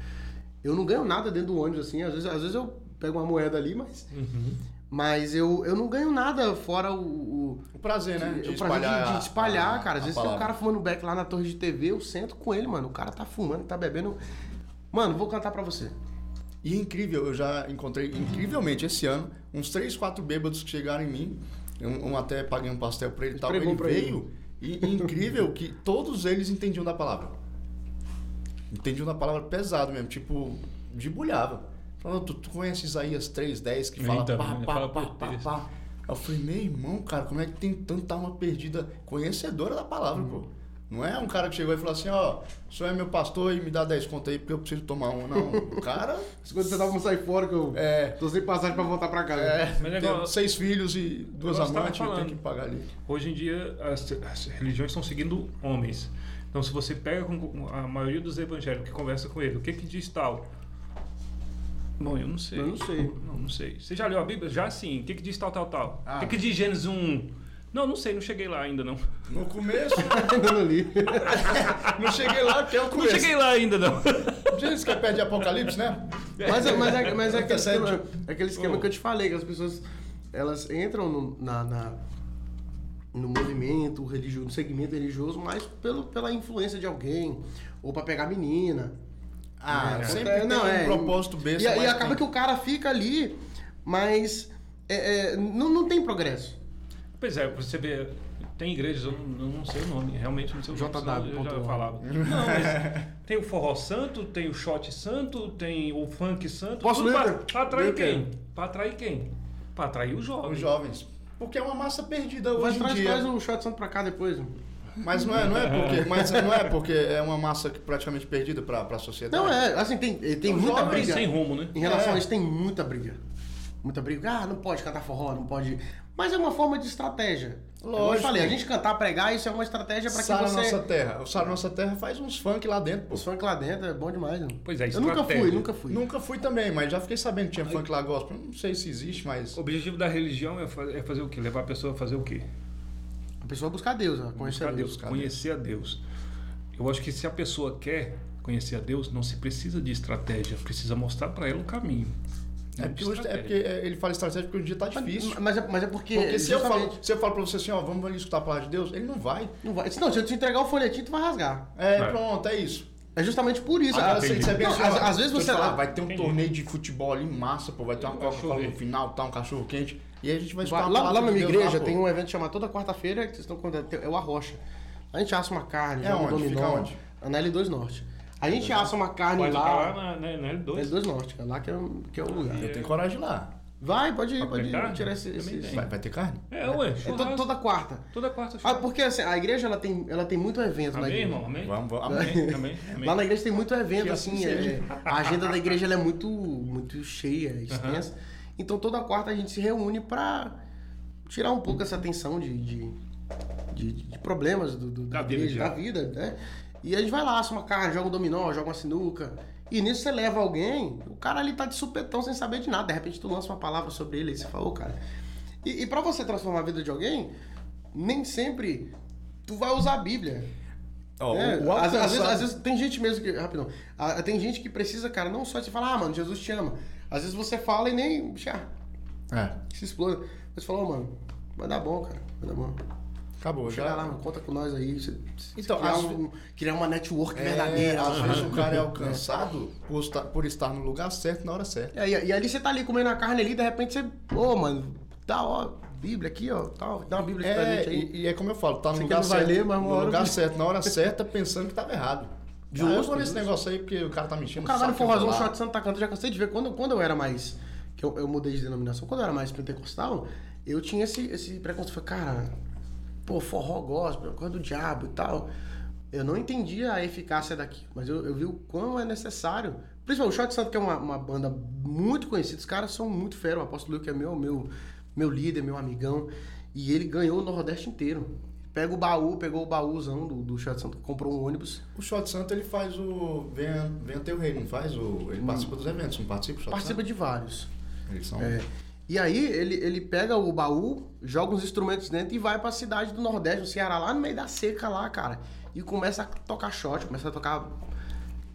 C: Eu não ganho nada dentro do ônibus, assim. Às vezes, às vezes eu pego uma moeda ali, mas.
B: Uhum.
C: Mas eu, eu não ganho nada fora o. o
B: O prazer, né?
C: o prazer de, de espalhar,
B: a-
C: cara. Às
B: a
C: vezes tem um
B: palavra.
C: cara fumando back lá na torre de TV, eu sento com ele, mano. O cara tá fumando, tá bebendo. Mano, vou cantar pra você.
B: E é incrível, eu já encontrei, incrivelmente, esse ano, uns três, quatro bêbados que chegaram em mim. Um, um até paguei um pastel pra ele e tal.
C: Pregou
B: Ele
C: pra ele.
B: veio e incrível que todos eles entendiam da palavra. Entendiam da palavra pesado mesmo, tipo, debulhava. Falando, tu, tu conhece Isaías 3, 10, que fala
A: Eita,
B: pá,
A: menina,
B: pá,
A: fala
B: pá,
A: por
B: pá,
A: texto.
B: pá. Eu falei, meu irmão, cara, como é que tem tanta alma perdida conhecedora da palavra, pô? Não é um cara que chegou e falou assim, ó, o senhor é meu pastor e me dá 10 conto aí porque eu preciso tomar um. Não, o cara
C: Quando você tava pra sair fora, que eu
B: É.
C: tô sem passagem pra voltar pra casa.
B: é,
A: Mas é
B: tem
A: igual-
B: seis filhos e
A: Igual
B: duas
A: você tava
B: amantes, eu tenho
A: falando.
B: que pagar ali.
A: Hoje em dia, as, as religiões estão seguindo homens. Então, se você pega com- com a maioria dos evangélicos que conversa com ele, o que que diz tal? Bom, eu não sei.
C: Eu não sei.
A: Não, não sei. Você já leu a Bíblia? Já sim. O que que diz tal, tal, tal?
B: Ah.
A: O que que diz Gênesis 1? Não, não sei, não cheguei lá ainda não.
B: No começo,
C: Tá Andando ali.
B: não cheguei lá, que é o
A: Não
B: começo.
A: cheguei lá ainda não.
B: Gente, que é perto de Apocalipse, né?
C: Mas, é- mas, é, mas é aquele
B: Intercede.
C: esquema, é aquele
B: Oh.
C: esquema que eu te falei, que as pessoas elas entram no, na, na- no movimento religioso, no segmento religioso, mais pelo, pela influência de alguém, ou pra pegar menina.
B: Ah,
C: É,
B: sempre
C: é,
B: tem um propósito
C: e,
B: besta.
C: e,
B: mas
C: acaba que
B: tem.
C: o cara fica ali, mas é, é, não, não tem progresso.
A: Pois é, você vê, tem igrejas, eu não, eu não sei o nome, realmente não sei o nome,
C: JW.org.
A: senão eu já falava. Não, mas tem o forró santo, tem o shot santo, tem o funk santo.
C: Posso
A: tudo
C: ler,
A: pra,
C: Pedro?
A: pra atrair
C: Ler,
A: quem?
C: Pedro?
A: Pra atrair quem? Pra atrair o jovem.
B: Os jovens. Porque é uma massa perdida
C: Mas
B: hoje em
C: traz,
B: dia.
C: traz o shot santo pra cá depois. mano.
B: Mas não é, não é porque, mas não é porque é uma massa que praticamente perdida pra pra sociedade.
C: Não, é, assim, tem, tem
B: Os
C: muita
B: jovens
A: Jovem
C: briga.
A: sem rumo, né?
C: Em relação
B: É.
C: a isso, tem muita briga. Muita briga. Ah, não pode cantar forró, não pode. Mas é uma forma de estratégia. Como eu
B: Lógico.
C: falei, a gente cantar, pregar, isso é uma estratégia pra que
B: Sara
C: você.
B: Nossa Terra. O Sara Nossa Terra faz uns funk lá dentro, pô.
C: Os funk lá dentro é bom demais, né?
A: Pois é,
C: Eu nunca fui,
A: estratégia.
C: nunca fui.
B: Nunca fui também, mas já fiquei sabendo que tinha funk lá gospel. Não sei se existe, mas...
A: O objetivo da religião é fa- é fazer o quê? Levar a pessoa a fazer o quê?
C: A pessoa buscar Deus, ó, conhecer
A: Buscar
C: a Deus.
A: Deus, conhecer a Deus. Eu acho que se a pessoa quer conhecer a Deus, não se precisa de estratégia, precisa mostrar pra ela o caminho.
B: É
A: Não
B: porque,
A: de
B: hoje- é
A: estratégia.
B: porque é, ele fala estratégia porque hoje em dia tá difícil.
C: Mas, mas é, mas é porque.
B: Porque se eu,
C: justamente,
B: falo, se eu falo pra você assim, ó, vamos ali escutar a palavra de Deus, ele não vai.
C: Não, vai... não, se eu te entregar o folhetinho, tu vai rasgar.
B: É,
A: Vai.
B: pronto, é isso.
C: É justamente por isso.
B: Agora,
C: Ah,
B: se
A: entendi.
B: ele saber
C: Não,
B: assim,
C: às-
B: ó,
C: às vezes
B: se eu
C: você
B: falar,
C: lá-
B: vai ter um
A: Entendi.
B: torneio de futebol ali massa, pô, vai ter uma
A: Um
B: Coca-Cola no
A: cachorro.
B: final, tá, um cachorro quente, e aí a gente vai escutar
C: Lá,
B: uma
C: lá
B: palavra
C: na minha
B: de Deus lá,
C: igreja
B: pô.
C: tem um evento chamado toda quarta-feira, que vocês estão contando, é o Arrocha. A gente assa uma carne,
B: É
C: joga um
B: onde? Fica
C: dominó,
B: onde?
C: na L2 Norte. A gente assa uma carne
A: Pode
C: lá,
A: lá né? na, na, na
C: na
A: L2.
C: L2 Norte, cara, lá que é, o- que é o lugar.
B: Eu tenho coragem lá.
C: Vai, pode ir,
A: Pra
C: pode ir,
A: pegar?
C: tirar esse... esse-
A: Também tem.
B: Vai, vai ter carne?
A: É, ué,
C: É to-
A: churrasco.
C: toda quarta.
A: Toda quarta
C: Ah,
A: churrasco.
C: porque assim, a igreja ela tem, ela tem muito evento na
A: Amém,
C: igreja.
A: irmão? Amém?
B: Vamos, vamos.
A: Amém, amém, amém.
C: Lá na igreja tem muito evento,
B: Que
C: assim,
B: assim
C: é-
B: seja.
C: a agenda da igreja ela é muito, muito cheia, extensa. Então toda quarta a gente se reúne pra tirar um pouco essa tensão de, de, de- de problemas do, do- da,
A: Da vida
C: igreja, da
A: diária.
C: vida, né? E a gente vai lá, assa uma carne, joga um dominó, joga uma sinuca. E nisso você leva alguém, o cara ali tá de supetão sem saber de nada. De repente tu lança uma palavra sobre ele e você fala, ô cara. E, e para você transformar a vida de alguém, nem sempre tu vai usar a Bíblia.
B: Ó,
C: É,
B: o- o
C: às, às vezes,
B: alcançar-
C: às vezes tem gente mesmo que. Rapidão. Ah, Tem gente que precisa, cara, não só de você falar, ah, mano, Jesus te ama. Às vezes você fala e nem. bicho, ah,
B: É,
C: se explora. Você fala, ô, mano, vai dar bom, cara. Vai dar bom.
B: acabou,
C: Chega lá,
B: já.
C: mano, conta com nós aí. se- se
B: Então,
C: criar,
B: às
C: um- criar uma network
B: É,
C: verdadeira.
B: às
C: sabe?
B: vezes o cara é alcançado por estar, por estar no lugar certo na hora certa.
C: É, e, e ali você tá ali comendo a carne ali, de repente você. Ô, mano, tá, ó, Bíblia aqui, ó. Tá, dá uma Bíblia aqui pra gente
B: É,
C: aí.
B: e, e é como eu falo, tá no
C: Você que
B: lugar
C: não vai
B: certo,
C: ler, mas uma
B: no
C: hora-
B: lugar certo, na hora certa, pensando que tava errado.
C: De
B: ah, eu
C: louco,
B: vou nesse
C: Deus.
B: negócio aí porque o cara tá mentindo.
C: O cara vai no forrozão, o shot Santa Canta, eu já cansei de ver. Quando, quando eu era mais. Que eu, eu mudei de denominação, quando eu era mais pentecostal, eu tinha esse, esse preconceito. Falei, cara, pô, forró gospel, coisa do diabo e tal. Eu não entendia a eficácia daqui, mas eu, eu vi o quão é necessário. Principalmente o Shot Santo, que é uma, uma banda muito conhecida, os caras são muito fera. O Apóstolo Luke é meu, meu, meu líder, meu amigão. E ele ganhou o Nordeste inteiro. Pega o baú, pegou o baúzão do, do Shot Santo, comprou um ônibus.
B: O Shot Santo ele faz o. Vem, vem até o rei, não faz? O... Ele participa dos eventos, não participa o Shot
C: Participa Hum. de vários.
B: Santo? Eles são.
C: É. E aí ele, ele pega o baú, joga uns instrumentos dentro e vai pra cidade do Nordeste, no Ceará, lá no meio da seca lá, cara. E começa a tocar shot, começa a tocar.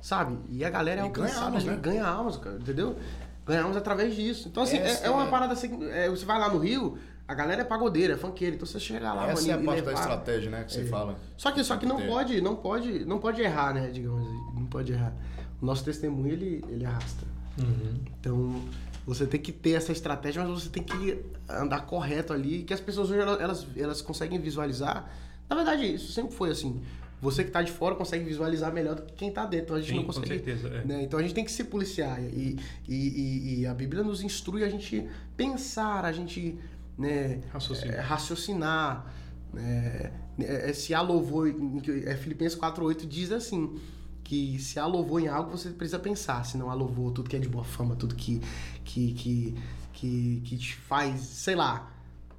C: Sabe? E a galera é
B: E ganha
C: alcançada,
B: almas,
C: né?
B: né?
C: ganha almas, cara, entendeu? Ganhamos através disso. Então, assim, é,
B: Essa
C: é uma
B: é-
C: parada assim. é, você vai lá no Rio, a galera é pagodeira, é funkeira. Então você chega lá, mano,
B: Essa é a
C: e
B: parte da
C: levar-
B: estratégia, né? Que
C: É.
B: você fala.
C: só que, só que não
B: Tem.
C: pode, não pode, não pode errar, né? Digamos, assim, não pode errar. O nosso testemunho ele, ele arrasta.
A: Uhum.
C: Então você tem que ter essa estratégia, mas você tem que andar correto ali, que as pessoas hoje elas- elas, elas conseguem visualizar. Na verdade, isso sempre foi assim. Você que tá de fora consegue visualizar melhor do que quem tá dentro. A gente
A: Sim,
C: não
A: com
C: consegue.
A: certeza, é.
C: né? Então a gente tem que se policiar. E, e, e- e a Bíblia nos instrui a gente pensar, a gente né,
A: Raciocinar.
C: é, raciocinar. né? É, é, se há louvor, em- que- é, Filipenses 4,8 diz assim: que se há louvor em algo, você precisa pensar. Se não há louvor, tudo que é de boa fama, tudo que, que, que, que, que te faz, sei lá.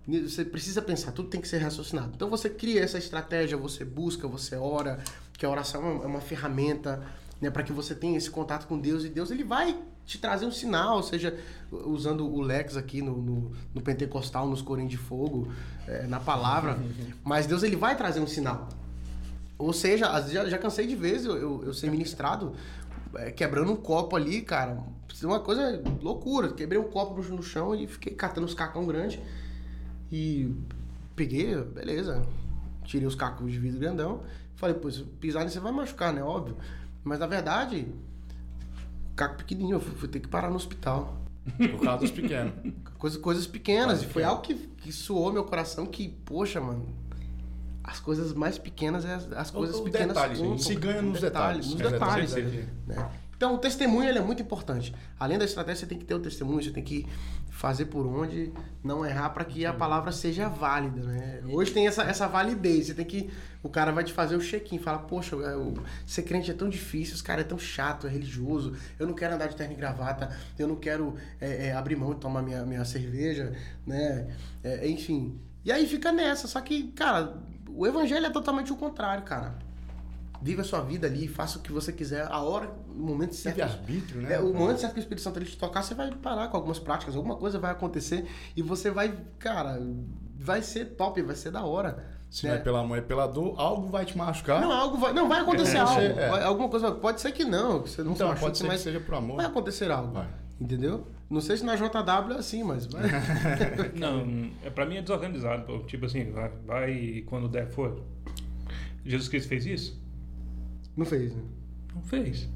C: Você precisa pensar, tudo tem que ser raciocinado. Então você cria essa estratégia, você busca, você ora, que a oração é uma- é uma ferramenta né, para que você tenha esse contato com Deus e Deus ele vai te trazer um sinal, ou seja, usando o Lex aqui no, no, no Pentecostal, nos Corém de Fogo, é, na palavra, mas Deus ele vai trazer um sinal. Ou seja, as- já, já cansei de vezes eu, eu, eu ser ministrado é, quebrando um copo ali, cara. Uma coisa loucura. Quebrei um copo no chão e fiquei catando os cacão grande. E peguei, beleza. Tirei os cacos de vidro grandão. Falei, pô, se eu pisar nisso você vai machucar, né? Óbvio. Mas na verdade, caco pequenininho, eu fui, fui ter que parar no hospital.
B: Por causa dos pequenos.
C: Coisa, coisas pequenas. E foi algo que, que suou meu coração que, poxa, mano. As coisas mais pequenas, é as, as
B: O-
C: coisas
B: o
C: pequenas
B: detalhe,
C: contam,
B: se ganha nos detalhes.
C: Nos
B: É,
C: detalhes,
A: sim, sim.
C: né? Então, o testemunho ele é muito importante. Além da estratégia, você tem que ter o testemunho, você tem que fazer por onde, não errar para que a palavra seja válida, né? Hoje tem essa, essa validez, você tem que... O cara vai te fazer o check-in, fala, poxa, eu, ser crente é tão difícil, os caras é tão chato, é religioso, eu não quero andar de terno e gravata, eu não quero é, é, abrir mão de tomar minha, minha cerveja, né? É, enfim. E aí fica nessa, só que, cara, o evangelho é totalmente o contrário, cara. Viva a sua vida ali, faça o que você quiser, a hora, o momento certo.
B: Tive arbítrio, né?
C: É, o momento certo que o Espírito Santo ele te tocar, você vai parar com algumas práticas, alguma coisa vai acontecer e você vai, cara, vai ser top, vai ser da hora.
B: Se
C: né?
B: não é pela mão, é pela dor, algo vai te machucar.
C: Não, algo vai, não vai acontecer
B: É,
C: algo.
B: você- é.
C: Vai- alguma coisa vai- pode ser que não, que você não se
B: então,
C: machuque,
B: pode ser
C: mas
B: que seja por amor.
C: vai acontecer algo.
B: Vai.
C: Entendeu? Não sei se na JW é assim, mas vai.
A: Não, é, pra mim é desorganizado. pô. Tipo assim, vai, vai e quando der, for. Jesus Cristo fez isso?
C: não fez, né?
A: Não fez.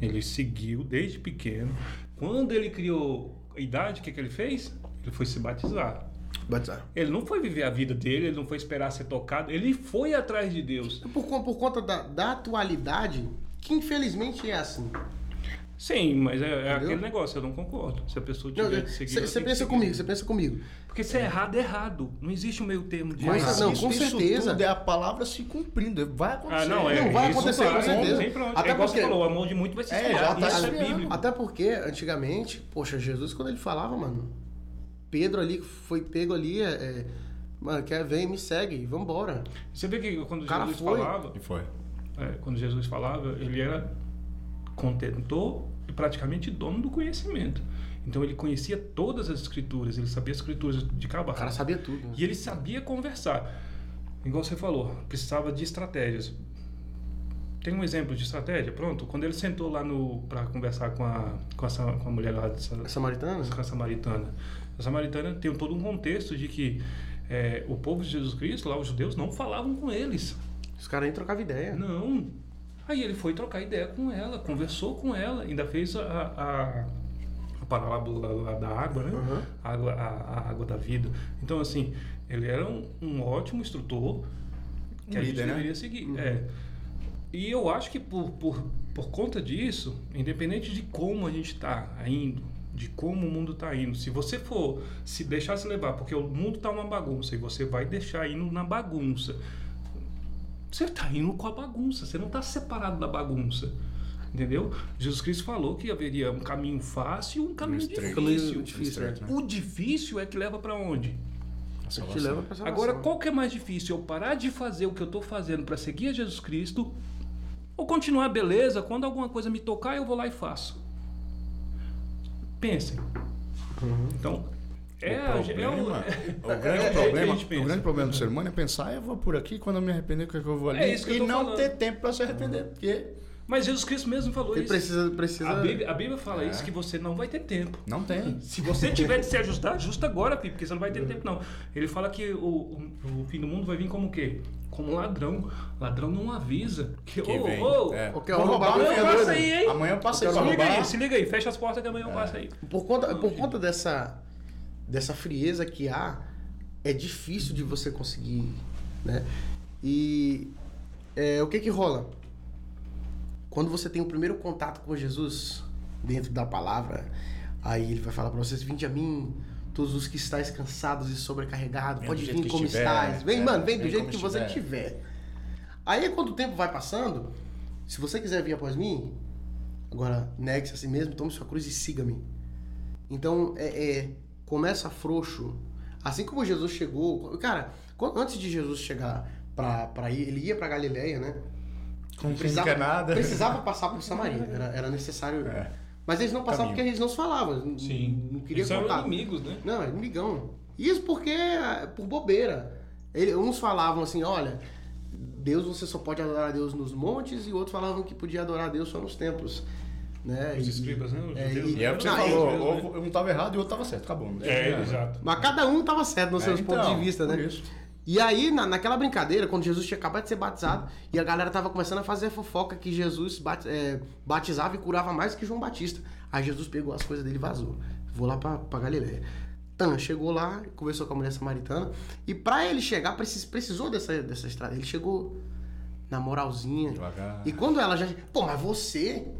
A: Ele seguiu desde pequeno. Quando ele criou a idade, o que, que ele fez? Ele foi se batizar.
C: Batizar.
A: Ele não foi viver a vida dele, ele não foi esperar ser tocado, ele foi atrás de Deus.
C: Por, con- por conta da, da atualidade, que infelizmente é assim.
A: Sim, mas é, é
C: Entendeu?
A: aquele negócio, eu não concordo. Se a pessoa
C: Não,
A: tiver de seguir. ela
C: Você
A: tem que
C: pensa
A: seguir.
C: comigo, você pensa comigo.
A: Porque se é errado, é errado. Não existe um meio termo de
C: Mas
A: errado.
C: não, com certeza.
B: tudo é a palavra se cumprindo. Vai acontecer.
A: Ah, não, é.
C: Não, vai
A: isso
C: acontecer, com certeza.
A: não tem pra onde.
C: Até
A: é igual
C: porque-
A: você falou, a mão de muito vai se
B: É,
A: espalhar.
B: já tá
A: isso é
B: espalhando.
A: bíblico.
C: Até porque, antigamente, poxa, Jesus, quando ele falava, mano, Pedro ali, que foi pego ali, é, é, mano, quer, vem, me segue, vambora.
A: Você vê que quando
C: O cara
A: Jesus
C: foi.
A: falava,
B: E foi.
A: é, quando Jesus falava, ele era contentor e praticamente dono do conhecimento. Então ele conhecia todas as escrituras, ele sabia as escrituras de cabo a
C: O cara
A: rabo.
C: sabia tudo. né?
A: E ele sabia conversar. Igual você falou, precisava de estratégias. Tem um exemplo de estratégia? Pronto, quando ele sentou lá no para conversar com a, com, a, sa- com a mulher lá de Sa-
C: A samaritana?
A: com a samaritana. A samaritana tem todo um contexto de que é, o povo de Jesus Cristo, lá os judeus, não falavam com eles.
C: Os caras nem trocavam ideia.
A: Não. Aí ele foi trocar ideia com ela, conversou com ela, ainda fez a, a, a parábola lá da água, né?
C: Uhum.
A: A, água, a, a água da vida. Então, assim, ele era um, um ótimo instrutor que
B: Um
A: a
B: líder,
A: gente
B: né?
A: deveria seguir. É. E eu acho que por, por, por conta disso, independente de como a gente está indo, de como o mundo está indo, se você for se deixar se levar, porque o mundo está uma bagunça e você vai deixar indo na bagunça, você está indo com a bagunça, você não está separado da bagunça. Entendeu? Jesus Cristo falou que haveria um caminho fácil e um caminho difícil.
B: estreito.
C: Caminho difícil,
B: né?
A: O difícil é que leva para onde?
C: Isso te leva pra salvação.
A: Agora, qual que é mais difícil? Eu parar de fazer o que eu tô fazendo para seguir a Jesus Cristo ou continuar beleza, quando alguma coisa
C: Uhum.
A: me tocar, eu vou lá e faço? Pensem. Então, É,
B: o problema, o, grande
A: é o jeito que a
B: problema,
A: gente pensa.
B: o grande problema do ser humano é pensar, eu vou por aqui, quando eu me arrepender, o que, é que eu vou ali?
A: É isso que eu
B: e
A: tô
B: não
A: falando.
B: ter tempo pra se arrepender, porque
A: Mas Jesus Cristo mesmo falou
C: Ele
A: isso.
C: precisa. precisa... É.
A: A Bíblia, a Bíblia fala isso, que você não vai ter tempo.
B: não tem.
A: Se você tiver de se ajustar, ajusta agora, Pipe, porque você não vai ter tempo, não. Ele fala que o, o- o fim do mundo vai vir como o quê? Como um ladrão. Ladrão não avisa. Que,
B: Que
A: ô,
B: vem,
A: ô,
B: é.
C: Porque
B: Vou
C: o
B: roubar
C: bagulho
B: amanhã,
C: é
A: doido.
B: doido.
A: aí, hein? um
B: Amanhã eu passo aí
A: Se
B: pra
A: liga
B: roubar.
A: aí, se liga aí, fecha as portas que amanhã
B: É.
A: eu passo aí.
C: Por conta, por conta dessa, dessa frieza que há, é difícil de você conseguir, né? E é, o que que rola? Quando você tem o primeiro contato com Jesus dentro da palavra, aí ele vai falar para vocês, vinde a mim, todos os que estáis cansados e sobrecarregados,
B: Vem do
C: pode
B: jeito
C: vir
B: que
C: como
B: estiver,
C: estáis. Vem,
B: é,
C: mano, vem do
B: vem
C: jeito
B: como
C: que você
B: estiver.
C: tiver. Aí quando o tempo vai passando, se você quiser vir após mim, agora negue-se a si mesmo, tome sua cruz e siga-me. Então, é, é, começa frouxo. Assim como Jesus chegou. Cara, quando- antes de Jesus chegar pra, pra ir, ele ia pra Galileia, né?
B: Com quem não quer nada.
C: precisava passar por Samaria. Era, era necessário.
B: É.
C: Mas eles não passavam
B: Caminho.
C: porque eles não se falavam. n- Não queria
A: Eles
B: um
A: são
C: contar.
A: inimigos, né?
C: Não, é migão. Isso porque é por bobeira. Ele- uns falavam assim, olha, Deus você só pode adorar a Deus nos montes e outros falavam que podia adorar a Deus só nos templos, né?
A: Os
C: E-
A: escribas, né? Os
C: é,
A: judeus,
C: e-
B: E é o que você
C: Não,
B: falou,
A: eu-
B: ou um tava errado e o outro tava certo, acabou. não tem
A: É,
B: problema.
A: exato.
C: Mas cada um tava certo nos
B: É,
C: seus
B: então,
C: pontos de vista,
B: por
C: né?
B: isso.
C: E aí, na- naquela brincadeira, quando Jesus tinha acabado de ser batizado, e a galera tava começando a fazer fofoca que Jesus bat- é, batizava e curava mais que João Batista. Aí Jesus pegou as coisas dele e vazou. Vou lá pra, pra Galileia. Tan, chegou lá, conversou com a mulher samaritana, e pra ele chegar, precis- precisou dessa, dessa estrada. Ele chegou na moralzinha.
B: Devagar.
C: E quando ela já. Pô, mas você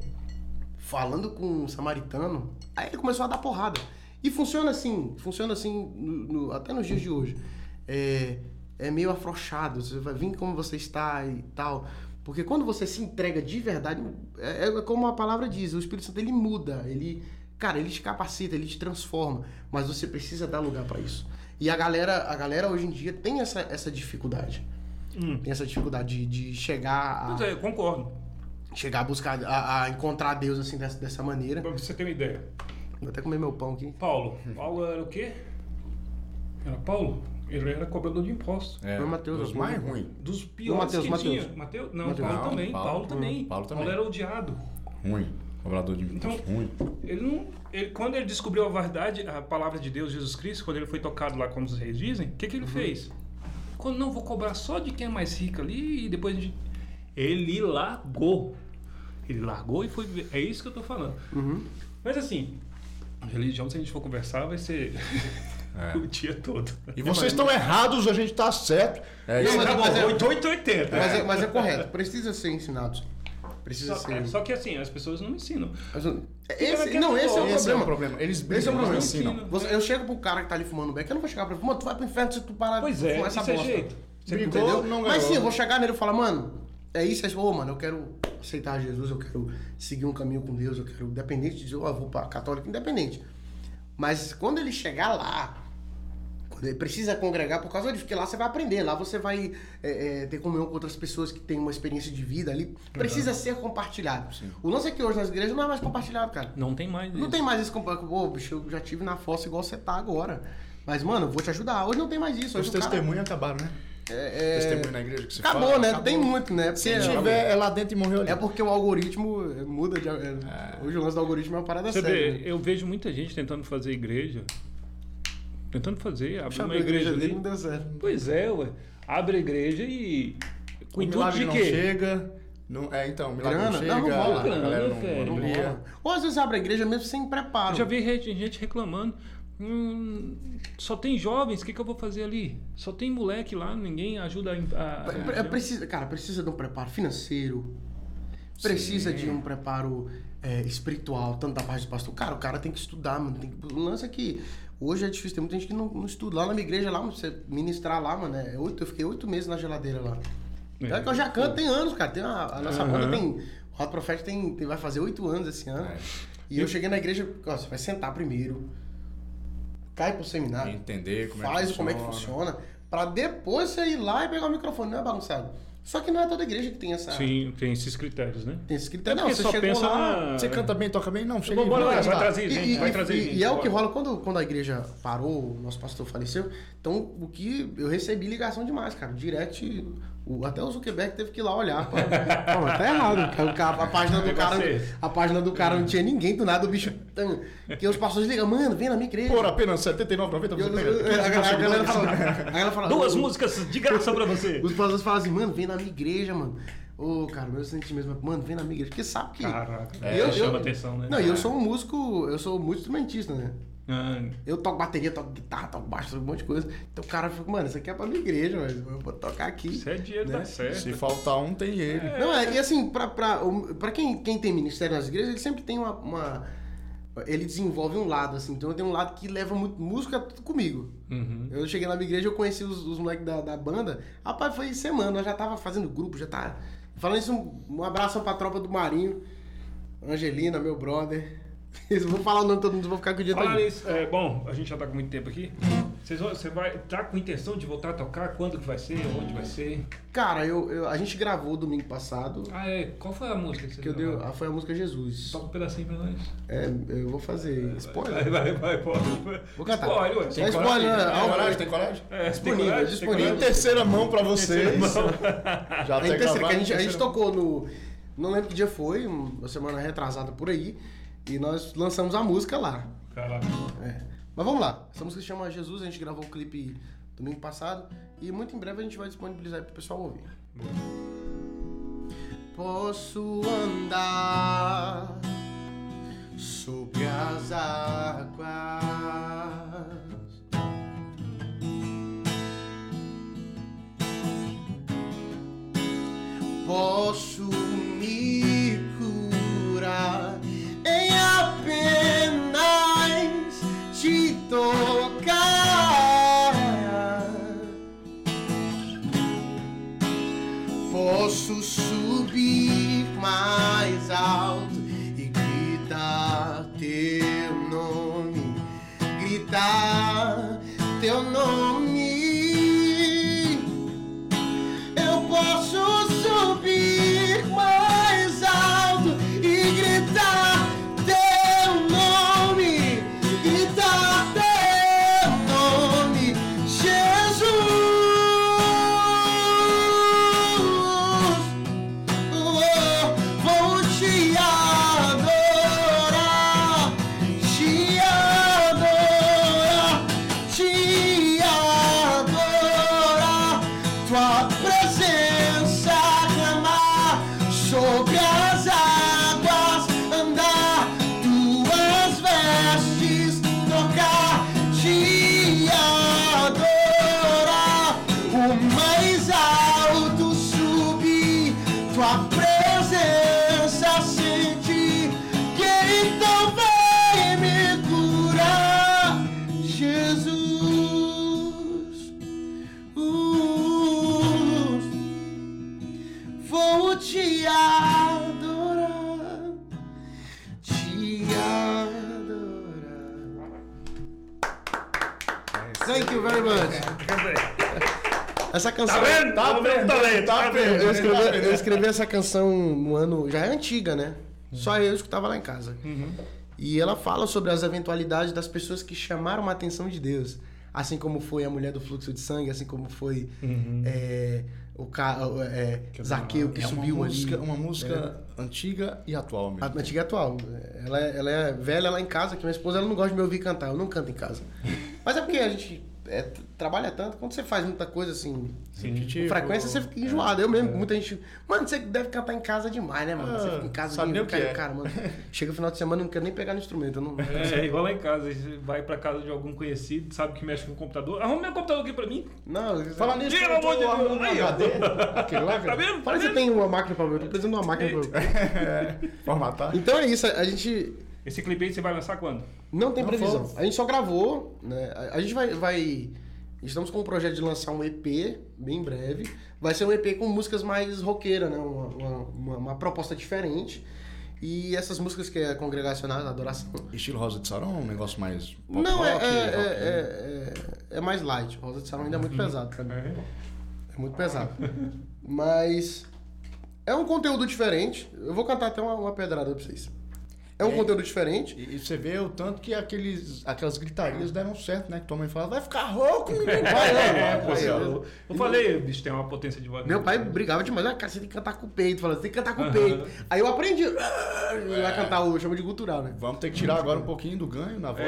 C: falando com um samaritano, aí ele começou a dar porrada. E funciona assim, funciona assim no- no- até nos dias de hoje. É, é meio afrouxado, você vai vir como você está e tal. Porque quando você se entrega de verdade, é, é como a palavra diz, o Espírito Santo ele muda, ele, cara, ele te capacita, ele te transforma, mas você precisa dar lugar pra isso. E a galera, a galera hoje em dia tem essa, essa dificuldade. Tem essa dificuldade de, de chegar a
A: Hum. Pois é, eu concordo.
C: chegar a buscar, a, a encontrar Deus assim dessa, dessa maneira.
A: Pra você ter uma ideia.
C: Vou até comer meu pão aqui.
A: Paulo. Paulo era o quê? Era Paulo? Ele era cobrador de impostos.
B: É,
C: Foi o Mateus,
B: dos
C: eu
B: mais
C: vou-
B: ruim.
A: Dos piores
C: Mateus,
A: que
C: Mateus.
A: tinha. Mateus? Não,
C: Mateus.
A: Paulo
B: Não,
A: também.
B: Paulo.
A: Paulo também.
B: Paulo também.
A: Paulo era odiado.
B: Ruim. Cobrador de
A: Então-
B: ruim.
A: Ele não, ele, quando ele descobriu a verdade, a palavra de Deus, Jesus Cristo, quando ele foi tocado lá, como os reis dizem, o que, que
C: Uhum.
A: ele fez? Quando não, vou cobrar só de quem é mais rico ali e depois de... Ele largou. Ele largou e foi. ver. É isso que eu tô falando.
C: Uhum.
A: Mas assim, religião, se a gente for conversar, vai ser o dia todo.
B: É. E vocês estão errados, a gente tá certo. É
C: Não,
B: isso.
C: mas-
A: Tá bom,
C: é-
A: 880.
C: Mas é, mas é correto, precisa ser ensinado. Precisa
A: Só,
C: ser.
A: só que assim, as pessoas não ensinam.
C: Mas eu-
A: Fica
C: Esse,
A: naquela
C: não, esse é o
A: boa.
B: Esse é o
C: problema.
B: problema. Eles
C: Esse é o
B: brigam,
C: problema.
B: eles não ensinam.
C: Você- eu chego pro cara que tá ali fumando beck, eu não vou chegar pra ele, mano, tu vai pro inferno se tu parar
A: Pois
C: de
A: é,
C: fumar essa
A: isso é
C: bosta.
A: jeito. Você
B: Brigou,
C: Entendeu?
B: não
C: Mas
B: ganhou.
C: sim, eu vou chegar nele e falar, mano, é isso, é isso. Ô, mano, eu quero aceitar Jesus, eu quero seguir um caminho com Deus, eu quero, independente de dizer, ó, eu vou pra católico, independente. Mas quando ele chegar lá, quando ele precisa congregar por causa disso, porque lá você vai aprender, lá você vai é, é, ter comunhão com outras pessoas que têm uma experiência de vida ali. Precisa ser compartilhado. O lance é que hoje nas igrejas não é mais compartilhado, cara.
A: Não tem mais
C: Não tem mais esse compa- Pô, bicho, eu já tive na fossa igual você tá agora. Mas, mano, eu vou te ajudar. Hoje não tem mais isso. Hoje
B: Os
C: o cara-
B: testemunhos acabaram, né?
C: é, é,
B: Testemunho na igreja que você
C: Acabou,
B: fala,
C: né?
B: acabou.
C: Tem muito, né? Porque
B: Se tiver, é lá dentro e morreu ali.
C: É porque o algoritmo é, muda de. é, Hoje o lance do algoritmo é uma parada
A: Você
C: séria.
A: vê, eu vejo muita gente tentando fazer igreja. Tentando fazer, abrir uma
C: Chamei a
A: igreja
C: dele
A: ali.
C: não deu certo.
A: Pois é, ué. Abre a igreja e. Com
B: O
A: o intuito
B: milagre
A: de
B: não
A: quê?
B: chega. Não, é, então, o milagre não
C: Grana?
B: chega.
C: Não, não rola.
B: a galera não,
A: Grana,
B: não
A: velho.
B: liga.
C: Ou às vezes abre a igreja mesmo sem preparo.
A: Eu já vi re- gente reclamando. "Hum, só tem jovens, o que, que eu vou fazer ali? Só tem moleque lá, ninguém ajuda
C: É,
A: a. a-
C: Pre- pre- precisa, cara, precisa de um preparo financeiro. Precisa de um preparo é, espiritual, tanto da parte do pastor. Cara, o cara tem que estudar, mano. Tem que... O lance é que hoje é difícil, tem muita gente que não, não estuda. Lá na minha igreja, lá, você ministrar lá, mano, é oito, eu fiquei oito meses na geladeira lá.
A: É,
C: É que eu já canto tem anos, cara. Tem a, a nossa banda tem. O Hot Prophet tem, tem- vai fazer oito anos esse ano. E eu cheguei na igreja, ó, você vai sentar primeiro, cai pro seminário
B: Entender como é que
C: faz como é que funciona, pra depois você ir lá e pegar o microfone, não é bagunçado. Só que não é toda igreja que tem essa.
A: Sim, tem esses critérios, né?
C: Tem esse critério. Não,
A: porque
C: você
A: só
C: chegou
A: pensa
C: lá.
A: na-
B: Você canta bem, toca bem? Não, chega
A: Bom,
B: aí,
A: bora
B: vamos
A: lá,
B: cantar.
A: vai trazer gente, vai trazer
C: e-
A: gente.
C: e é o que
A: bora.
C: rola quando, quando a igreja parou, o nosso pastor faleceu. Então, o que eu recebi ligação demais, cara. Direct, o- até o Zuckerberg teve que ir lá olhar. Pra, Pô, mas tá errado. cara. O cara- A, página
A: É
C: do cara, a página do cara não tinha ninguém, do nada o bicho. Que os pastores ligam, mano, vem na minha igreja.
B: Por apenas R$ 79,90
C: Eu-
A: tá
B: você
C: eu-
B: pega.
C: eu- a, galera- a galera
B: tá
C: fala, a galera fala,
A: Duas
C: "Ô,
A: músicas de graça pra você.
C: Os pastores falam assim, mano, vem na minha igreja, mano. Ô, cara, meu sentimento, mas, mano, vem na minha igreja. Porque sabe que.
A: Caraca,
C: É, eu-
A: chama
C: eu-
A: atenção, né?
C: Não, e eu sou um músico, eu sou muito instrumentista, né?
A: Ah,
C: Eu toco bateria, toco guitarra, toco baixo, toco um monte de coisa. Então o cara fica, mano, isso aqui é pra minha igreja, mas eu vou tocar aqui.
A: isso é dinheiro
C: Né?
A: da
B: Se
A: certo.
B: faltar um, tem ele.
C: Não, é, e assim, pra, pra, o- pra quem, quem tem ministério nas igrejas, ele sempre tem uma, uma- Ele desenvolve um lado, assim. Então eu tenho um lado que leva muito música tudo comigo.
A: Uhum.
C: Eu cheguei na minha igreja, eu conheci os, os moleques da, da banda. Rapaz, foi semana, nós já tava fazendo grupo, já tá. Falando isso, um, um abraço pra tropa do Marinho, Angelina, meu brother. Eu vou falar o nome de todo mundo, vou ficar com o dia todo.
A: Falar nisso, é, bom, a gente já tá com muito tempo aqui. Vocês vão- Você vai, tá com intenção de voltar a tocar? Quando que vai ser? Onde vai ser?
C: Cara, eu, eu- a gente gravou domingo passado,
A: Ah, é. Qual foi a música que você
C: que eu dei, ah, foi a música Jesus.
A: Toca um pedacinho pra nós.
C: É, eu vou fazer spoiler.
A: Vai, vai, vai, pode.
C: Vou cantar.
A: Spoiler, ué.
C: É spoiler, né?
B: Tem
C: Ao-
B: coragem? Tem coragem?
A: É,
C: Disponível,
A: tem coragem,
C: disponível.
A: tem
B: Em
A: coragem.
B: terceira mão pra vocês. Já
C: É
B: até
C: interessante que a gente, a gente
B: gravaram.
C: tocou no. Não lembro que dia foi, um, uma semana retrasada por aí, e nós lançamos a música lá.
A: Caraca.
C: É. Mas vamos lá. Essa música se chama Jesus, a gente gravou o clipe domingo passado e muito em breve a gente vai disponibilizar aí pro pessoal ouvir. Posso andar sobre as águas. Posso me curar em apenas te tocar. Posso subir mais alto e gritar teu nome, gritar teu nome. Eu posso subir mais alto e gritar teu nome, gritar teu nome, Jesus. Oh, vou te adorar, te adorar, te adorar, tua presença clamar sobre as águas, andar tuas vestes, tocar, te adorar, o mais alto subir, tua presença sentir, que então vem me curar, Jesus. Uh, vou te adorar, te adorar.
A: É
C: Thank you very much. Essa canção.
A: Tá vendo?
B: Tá
A: Tá vendo?
B: vendo,
A: Tá vendo?
B: tá
A: Tá
B: vendo.
A: vendo?
C: Eu escrevi, eu escrevi essa canção no ano. Já é antiga, né? Só eu escutava lá em casa.
B: Uhum.
C: E ela fala sobre as eventualidades das pessoas que chamaram a atenção de Deus. Assim como foi a mulher do fluxo de sangue, assim como foi
B: Uhum.
C: é, o ca... é, Zaqueu que
B: É uma
C: subiu ali.
B: música, uma música antiga e atual ao mesmo
C: A antiga é atual. Ela, é- ela é velha lá em casa, que minha esposa ela não gosta de me ouvir cantar. Eu não canto em casa. Mas é porque a gente é, t- trabalha tanto. Quando você faz muita coisa assim, com
B: Repetitivo.
C: frequência, você fica enjoado. Eu mesmo, muita gente. Mano, você deve cantar em casa demais, né, mano? Você fica em casa
B: Ah, sabe nem o que
C: cara,
B: é.
C: cara, mano. Chega o final de semana, eu não quero nem pegar no instrumento. Eu não...
A: É, igual lá em casa, você vai pra casa de algum conhecido, sabe que mexe com o computador. Arruma meu computador aqui pra mim.
C: Não,
B: Fala
C: nisso.
B: nisso,
A: Pelo
B: eu tô
A: amor de Deus.
B: arrumando um
A: Aí, ó.
B: HD. Aquele lá,
A: Tá
B: cara.
A: vendo? Tá
C: Fala que você
A: vendo?
C: tem uma máquina pra ver. Eu tô precisando de uma máquina pra ver.
B: Formatar.
C: Então é isso, a a gente.
A: Esse clipe aí você vai lançar quando?
C: Não tem
B: Não
C: previsão.
B: foi.
C: A gente só gravou, né? A, a gente vai, vai- Estamos com um projeto de lançar um EP, bem breve. Vai ser um EP com músicas mais roqueiras, né? Uma, uma- uma- uma proposta diferente. E essas músicas que é congregacional, adoração.
B: Estilo Rosa de Saron, um negócio mais pop
C: não, é,
B: rock,
C: é-
B: rock, né? Uhum.
C: é- é- é mais light. Rosa de Salão ainda é muito pesado pra mim. É muito pesado. Mas é um conteúdo diferente. Eu vou cantar até uma, uma pedrada pra vocês. É um
B: E aí?
C: conteúdo diferente.
B: E, e você vê o tanto que aqueles, aquelas gritarias deram certo, né? Que tua mãe fala, vai ficar rouco, menino. Vai, vai,
A: É,
B: vai,
A: pô,
B: vai,
A: eu,
B: ó.
A: eu falei, bicho, tem uma potência de voz.
C: Meu pai brigava demais. Ah, cara, você tem que cantar com o peito. Falava, você tem que cantar com o peito. Aí eu aprendi. Ah, Vai cantar o... Chama de gutural, né?
B: Vamos ter que tirar agora um pouquinho do ganho na voz.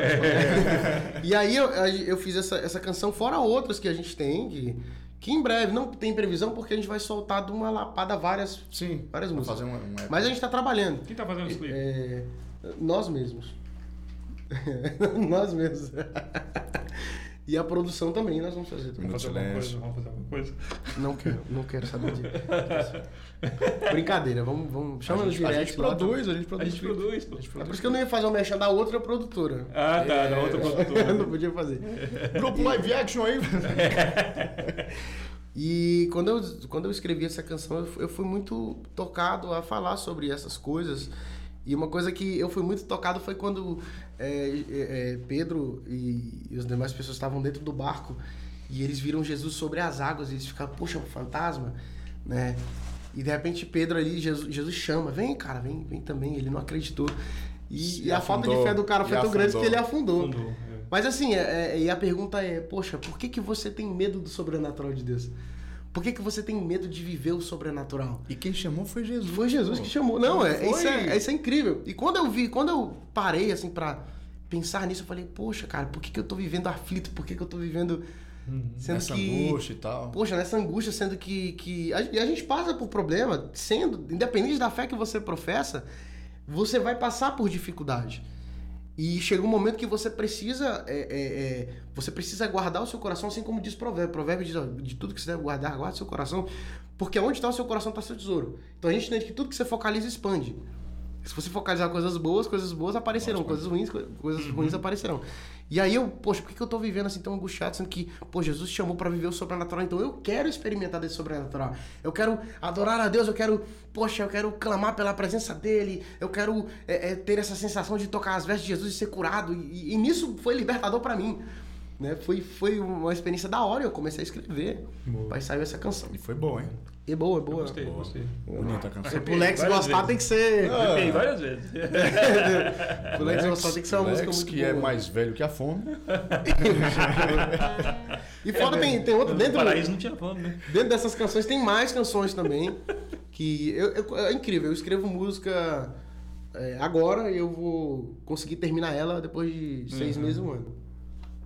C: E aí eu, a- eu fiz essa, essa canção, fora outras que a gente tem, que, que em breve não tem previsão, porque a gente vai soltar de uma lapada várias,
B: Sim.
C: várias
B: Vamos
C: músicas.
B: fazer uma, uma
C: Mas a gente tá trabalhando.
A: Quem tá fazendo os clipes?
C: É, nós mesmos. nós mesmos. e a produção também, nós vamos fazer também.
A: Vamos fazer alguma coisa,
B: silêncio.
A: vamos fazer alguma coisa.
C: Não quero, não quero saber disso. Brincadeira, vamos, vamos. Chama
B: a
C: no
B: gente, a gente
C: direct. lá, tá?
B: produz, a gente
A: A
B: produz.
A: gente
B: clipe.
A: produz, pô.
C: É por isso que eu não ia fazer o merchan da outra produtora.
A: Ah, tá, da outra
C: É. Eu não
A: produtora.
C: podia fazer.
B: Grupo live action aí.
C: E quando eu, quando eu escrevi essa canção, eu fu- eu fui muito tocado a falar sobre essas coisas. E uma coisa que eu fui muito tocado foi quando é, é, é, Pedro e, e as demais pessoas estavam dentro do barco e eles viram Jesus sobre as águas e eles ficaram, poxa, um fantasma, né? E de repente Pedro ali, Jesus, Jesus chama, vem cara, vem, vem também. Ele não acreditou. E,
B: E
C: e a falta de
B: afundou,
C: fé do cara foi
B: e
C: tão grande que
B: afundou.
C: ele afundou.
A: Fundou, é.
C: Mas assim, é- é- e a pergunta é, poxa, por que, que você tem medo do sobrenatural de Deus? Por que, que você tem medo de viver o sobrenatural?
B: E quem chamou foi Jesus.
C: Foi Jesus que chamou. Não, é,
B: Foi.
C: isso, é, isso é incrível. E quando eu vi, quando eu parei assim pra pensar nisso, eu falei, poxa, cara, por que, que eu tô vivendo aflito? Por que, que eu tô vivendo. Sendo
B: Essa
C: que.
B: angústia e tal.
C: Poxa, nessa angústia, sendo que. que a, e a gente passa por problema, sendo. Independente da fé que você professa, você vai passar por dificuldade. E chega um momento que você precisa. é, é, é, você precisa guardar o seu coração, assim como diz o provérbio. O provérbio diz, ó, de tudo que você deve guardar, guarda o seu coração. Porque onde está o seu coração está seu tesouro. Então a gente entende que tudo que você focaliza expande. Se você focalizar coisas boas, coisas boas aparecerão, coisas ruins, co- coisas ruins aparecerão. E aí eu, poxa, por que que eu tô vivendo assim tão angustiado, sendo que, pô, Jesus te chamou pra viver o sobrenatural, então eu quero experimentar desse sobrenatural. Eu quero adorar a Deus, eu quero, poxa, eu quero clamar pela presença dele, eu quero é, é, ter essa sensação de tocar as vestes de Jesus e ser curado. E, e nisso foi libertador pra mim. Né? Foi, foi uma experiência da hora, eu comecei a escrever. Aí saiu essa canção.
B: E foi bom, hein?
C: E boa, é boa. Ah.
A: Gostei, gostei.
B: Bonita a canção.
C: Pro Lex
A: Várias
C: gostar
A: vezes.
C: tem que ser.
A: Arrepiei várias vezes.
C: Pro Lex gostar tem que ser uma música
B: Lex,
C: muito
B: que é
C: boa.
B: mais velho que a fome.
C: E fora tem, tem outro,
A: No
C: dentro,
A: paraíso não tinha fome, né?
C: dentro dessas canções tem mais canções também. Que eu- eu- é incrível, eu escrevo música é, agora e eu vou conseguir terminar ela depois de seis meses, um ano.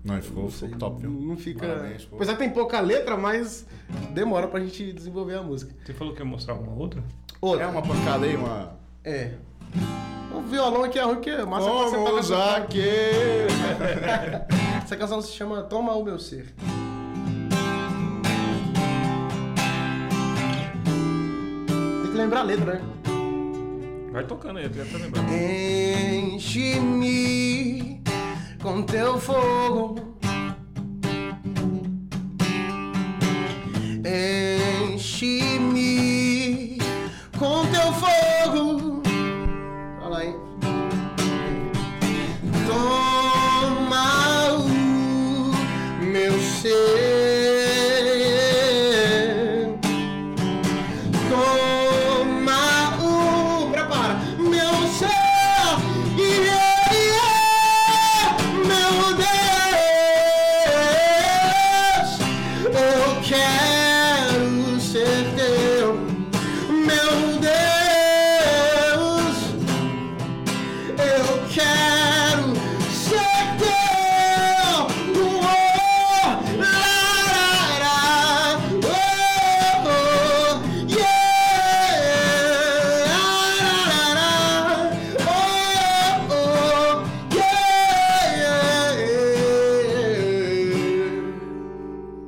B: Não, e ficou, ficou Uhum. top,
C: Não,
B: viu?
C: não fica.
B: Parabéns, pô.
C: Apesar que tem pouca letra, mas demora pra gente desenvolver a música.
A: Você falou que ia mostrar uma outra?
C: Outra.
B: É uma pancada aí, uma.
C: É. O violão aqui é ruim, que é massa quando você toca-
B: Vamos aqui!
C: Essa canção se chama Toma o Meu Ser. Tem que lembrar a letra, né?
A: Vai tocando aí, eu quero até lembrar.
C: Enche-me com teu fogo. Enche-me com teu fogo. Olha lá, hein? Toma o meu ser. Toma o. Prepara! Meu céu! Yeah, yeah, é meu Deus! Eu quero ser teu, meu Deus! Eu quero ser teu oh, larará, oh, oh, yeah, larará, oh, oh, yeah.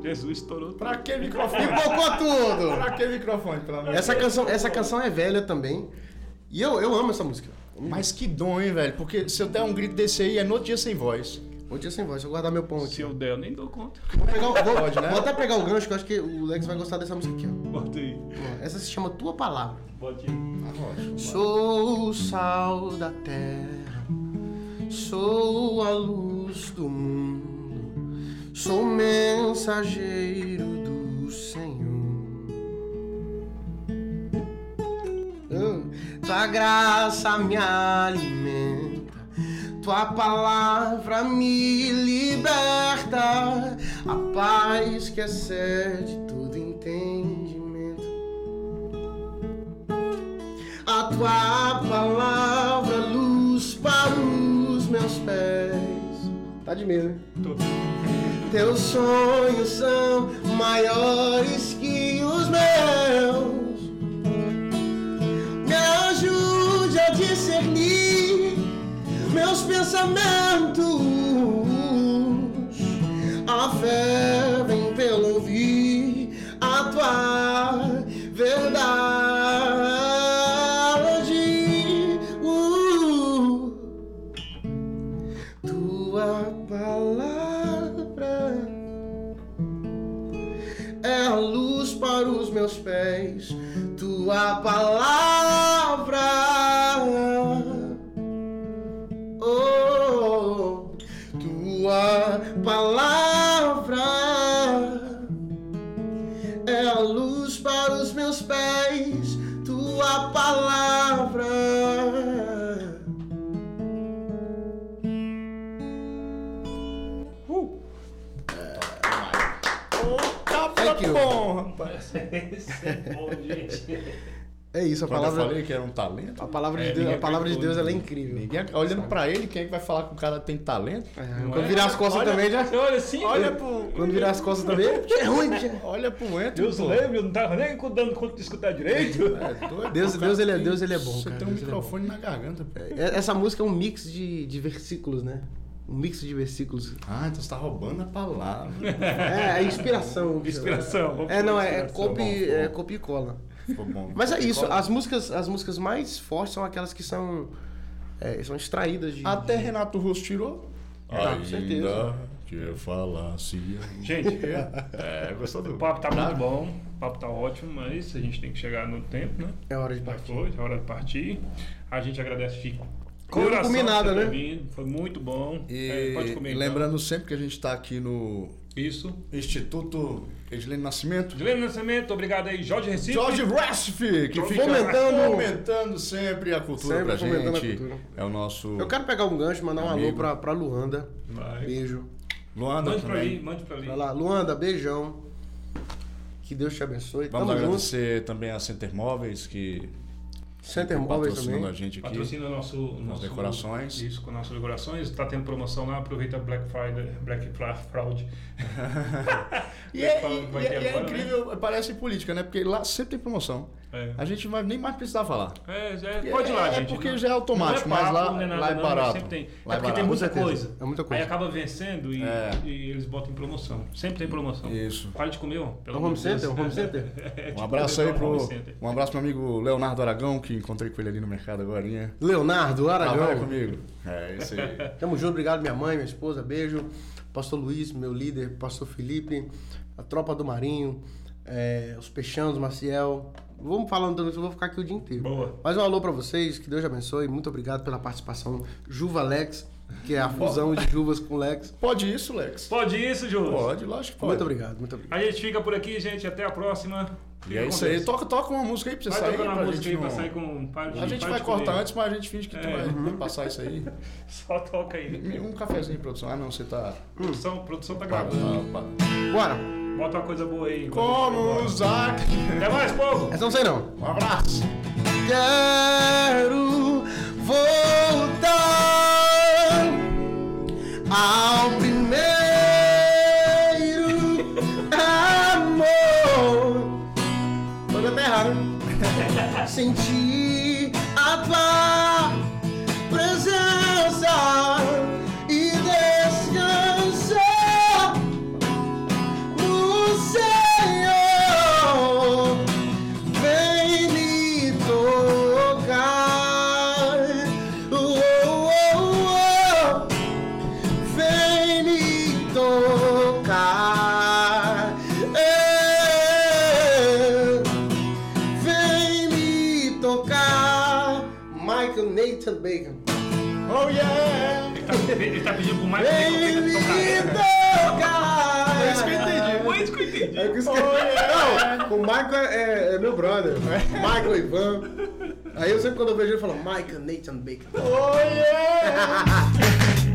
A: Jesus estourou. tudo.
B: Pra que microfone?
C: Pipocou tudo!
B: pra que microfone, pelo amor de
C: Essa canção, essa canção é velha também. E eu, eu amo essa música.
B: Mas que dom, hein, velho? Porque se eu der um grito desse aí, é no outro dia sem voz.
C: Bom Um dia sem voz, eu vou guardar meu pão aqui.
A: Se eu der, eu nem dou conta.
C: Vou, pegar o- vou-
B: Pode, né?
C: vou até pegar o gancho, que eu acho que o Lex vai gostar dessa música aqui, ó.
A: Bota aí.
C: Ó, Essa se chama Tua Palavra.
A: Bota aí.
B: Ah,
C: Sou o sal da terra, sou a luz do mundo, sou mensageiro do Senhor. Hum, Tua graça me alimenta, tua palavra me liberta. A paz que excede todo entendimento. A tua palavra é luz para os meus pés. Tá de medo, né?
A: Tô.
C: Teus sonhos são maiores que os meus. Me ajude a discernir meus pensamentos. A fé vem pelo ouvir a tua verdade. Uh. Tua palavra é a luz para os meus pés. Tua palavra, oh, tua palavra é a luz para os meus pés. Tua palavra. Thank you.
B: rapaz.
A: Isso é bom, gente.
C: É isso, a
B: Quando eu
C: palavra,
B: falei que era um talento,
C: a palavra
A: É,
C: de Deus, a
A: ninguém
C: palavra de
A: aguentou,
C: Deus ela é
A: né?
C: incrível.
B: ninguém olhando pra ele, quem é que vai falar que o cara tem talento?
C: É,
A: Não
C: quando
A: é?
C: virar as costas
B: Olha-
C: também, já.
A: Você olha assim,
B: Olha
A: olha.
B: pro.
C: Quando virar as costas também, é ruim, já.
B: Olha pro Entro.
A: Deus
B: pô.
A: lembra, eu não tava nem dando conta de escutar direito.
B: É doido,
C: Deus-
B: o cara
C: Deus, ele é-
B: tem-
C: Deus, ele é bom,
B: Você
C: cara,
B: tem um
C: Deus, ele é bom.
B: microfone na garganta. pô.
C: É- Essa música é um mix de, de versículos, né? Um mix de versículos.
B: Ah, então você tá roubando a palavra. né?
C: É, a inspiração. que chama.
A: Inspiração. vamos
C: É, não, é, é,
A: inspiração.
C: copy, é copia e cola.
B: Ficou bom.
C: Mas é isso,
B: Ficou-
C: as músicas, as músicas mais fortes são aquelas que são, é, são extraídas de.
B: Até Renato Russo tirou.
C: Tá, com certeza.
B: que falasse.
A: Gente,
B: É, gostou do
A: o papo tá
B: Tá.
A: muito bom, o papo tá ótimo, mas a gente tem que chegar no tempo, né?
C: É hora de
A: Já
C: partir.
A: foi, é hora de partir. A gente agradece de
C: Eu não
A: coração
C: comi nada,
A: por ter
C: né?
A: vindo, Foi muito bom.
B: E
A: É, pode comer.
B: e
A: então.
B: lembrando sempre que a gente tá aqui no
A: Isso.
B: Instituto Edilene Nascimento.
A: Juliano Nascimento, obrigado aí, Jorge Recife.
B: George Rasf, que fica
C: Fomentando-
B: fomentando sempre a cultura
C: Sempre
B: pra
C: fomentando a
B: gente.
C: cultura.
B: É o nosso.
C: Eu quero pegar um gancho, mandar um alô
B: Amigo.
C: pra, pra Luanda.
A: Vai.
C: Beijo.
B: Luana
A: Mande pra
B: também.
A: ali, mande pra ali.
C: Vai lá, Luanda, beijão. Que Deus te abençoe.
B: Vamos
C: Tamo junto.
B: agradecer também a Center Móveis, que
C: Center
B: um
C: Móveis
B: patrocinou a
C: também.
B: gente aqui.
A: Patrocina o nosso, nosso
B: decorações.
A: Isso, com nossas decorações. Tá tendo promoção lá, aproveita a Black Friday, Black Fra- Fraud.
B: E é,
A: Vai
B: e-
A: ter
B: e é- e é
A: agora, né?
B: incrível, parece política, né? Porque lá sempre tem promoção.
A: É.
B: A gente não vai nem mais precisar falar.
A: É, é, pode ir lá,
B: É
A: gente.
B: porque
A: Não-
B: já é automático, mas lá-
A: não é nada
B: lá é
A: não,
B: barato.
A: sempre tem.
B: Lá é
A: é porque tem
B: barato.
A: muita
C: Com certeza,
A: coisa.
C: é muita coisa.
A: Aí acaba vencendo e,
B: É.
A: e eles botam em promoção. Sempre tem promoção.
B: Isso.
A: Para de comer, ó. Pelo
C: É um
A: amor
C: home
A: de Deus.
C: center? Um home center?
A: É
B: Um
A: tipo
B: abraço
A: levar
B: aí
A: um
B: pro.
A: home center.
B: Um abraço pro meu amigo Leonardo Aragão, que encontrei com ele ali no mercado agora.
C: Leonardo
B: Trabalha
C: Aragão.
B: Ah, comigo. É, isso aí.
C: Tamo junto, obrigado minha mãe, minha esposa, beijo. Pastor Luiz, meu líder, Pastor Felipe, a tropa do Marinho, é, os Peixanos, Maciel. Vamos falando tanto, eu vou ficar aqui o dia inteiro.
A: Boa.
C: Mais um alô pra vocês, que Deus abençoe, muito obrigado pela participação. Juva Lex, que é a fusão de Juvas com Lex.
B: Pode isso, Lex?
A: Pode isso, Júlio.
B: Pode, lógico que pode.
C: Muito obrigado, muito obrigado.
A: A gente fica por aqui, gente. Até a próxima.
B: E
A: Fica
B: é
A: com
B: isso aí.
A: Deus.
B: Toca, toca uma música aí pra você
A: Vai
B: sair.
A: tocando
B: pra
A: a música
B: gente
A: aí pra
B: não-
A: sair com... para de-
B: A gente
A: para
B: vai
A: de comer.
B: cortar antes, mas a gente finge que tu
A: É.
B: vai passar isso aí.
A: Só toca aí.
B: Um cafezinho, produção. Ah, não, você tá.
A: Produção, produção tá
B: Tá,
A: gravando.
B: tá.
C: Bora!
A: Bota uma coisa boa aí.
B: Como o Zac.
A: Até mais, povo!
C: Essa eu não sei não.
B: Um abraço.
C: quero voltar ao primeiro amor. Tô até errado. né? Sentir a tua presença e descansar no Senhor. Vem me tocar. Oh, oh, oh, oh. Vem me tocar. Eh, Vem me tocar. Michael Nathan Bacon.
B: Oh yeah!
A: Ele tá, ele tá pedindo pro Michael
C: Vem
A: Jackson
C: me
A: tocar.
C: tocar.
B: É isso que eu entendi.
A: Foi isso que eu entendi.
B: Oh,
C: É que eu esqueci. Não, o Michael é, é meu brother. Michael Ivan. Aí eu sempre quando eu vejo ele, eu falo, Michael Nathan Baker.
B: Oh, yeah!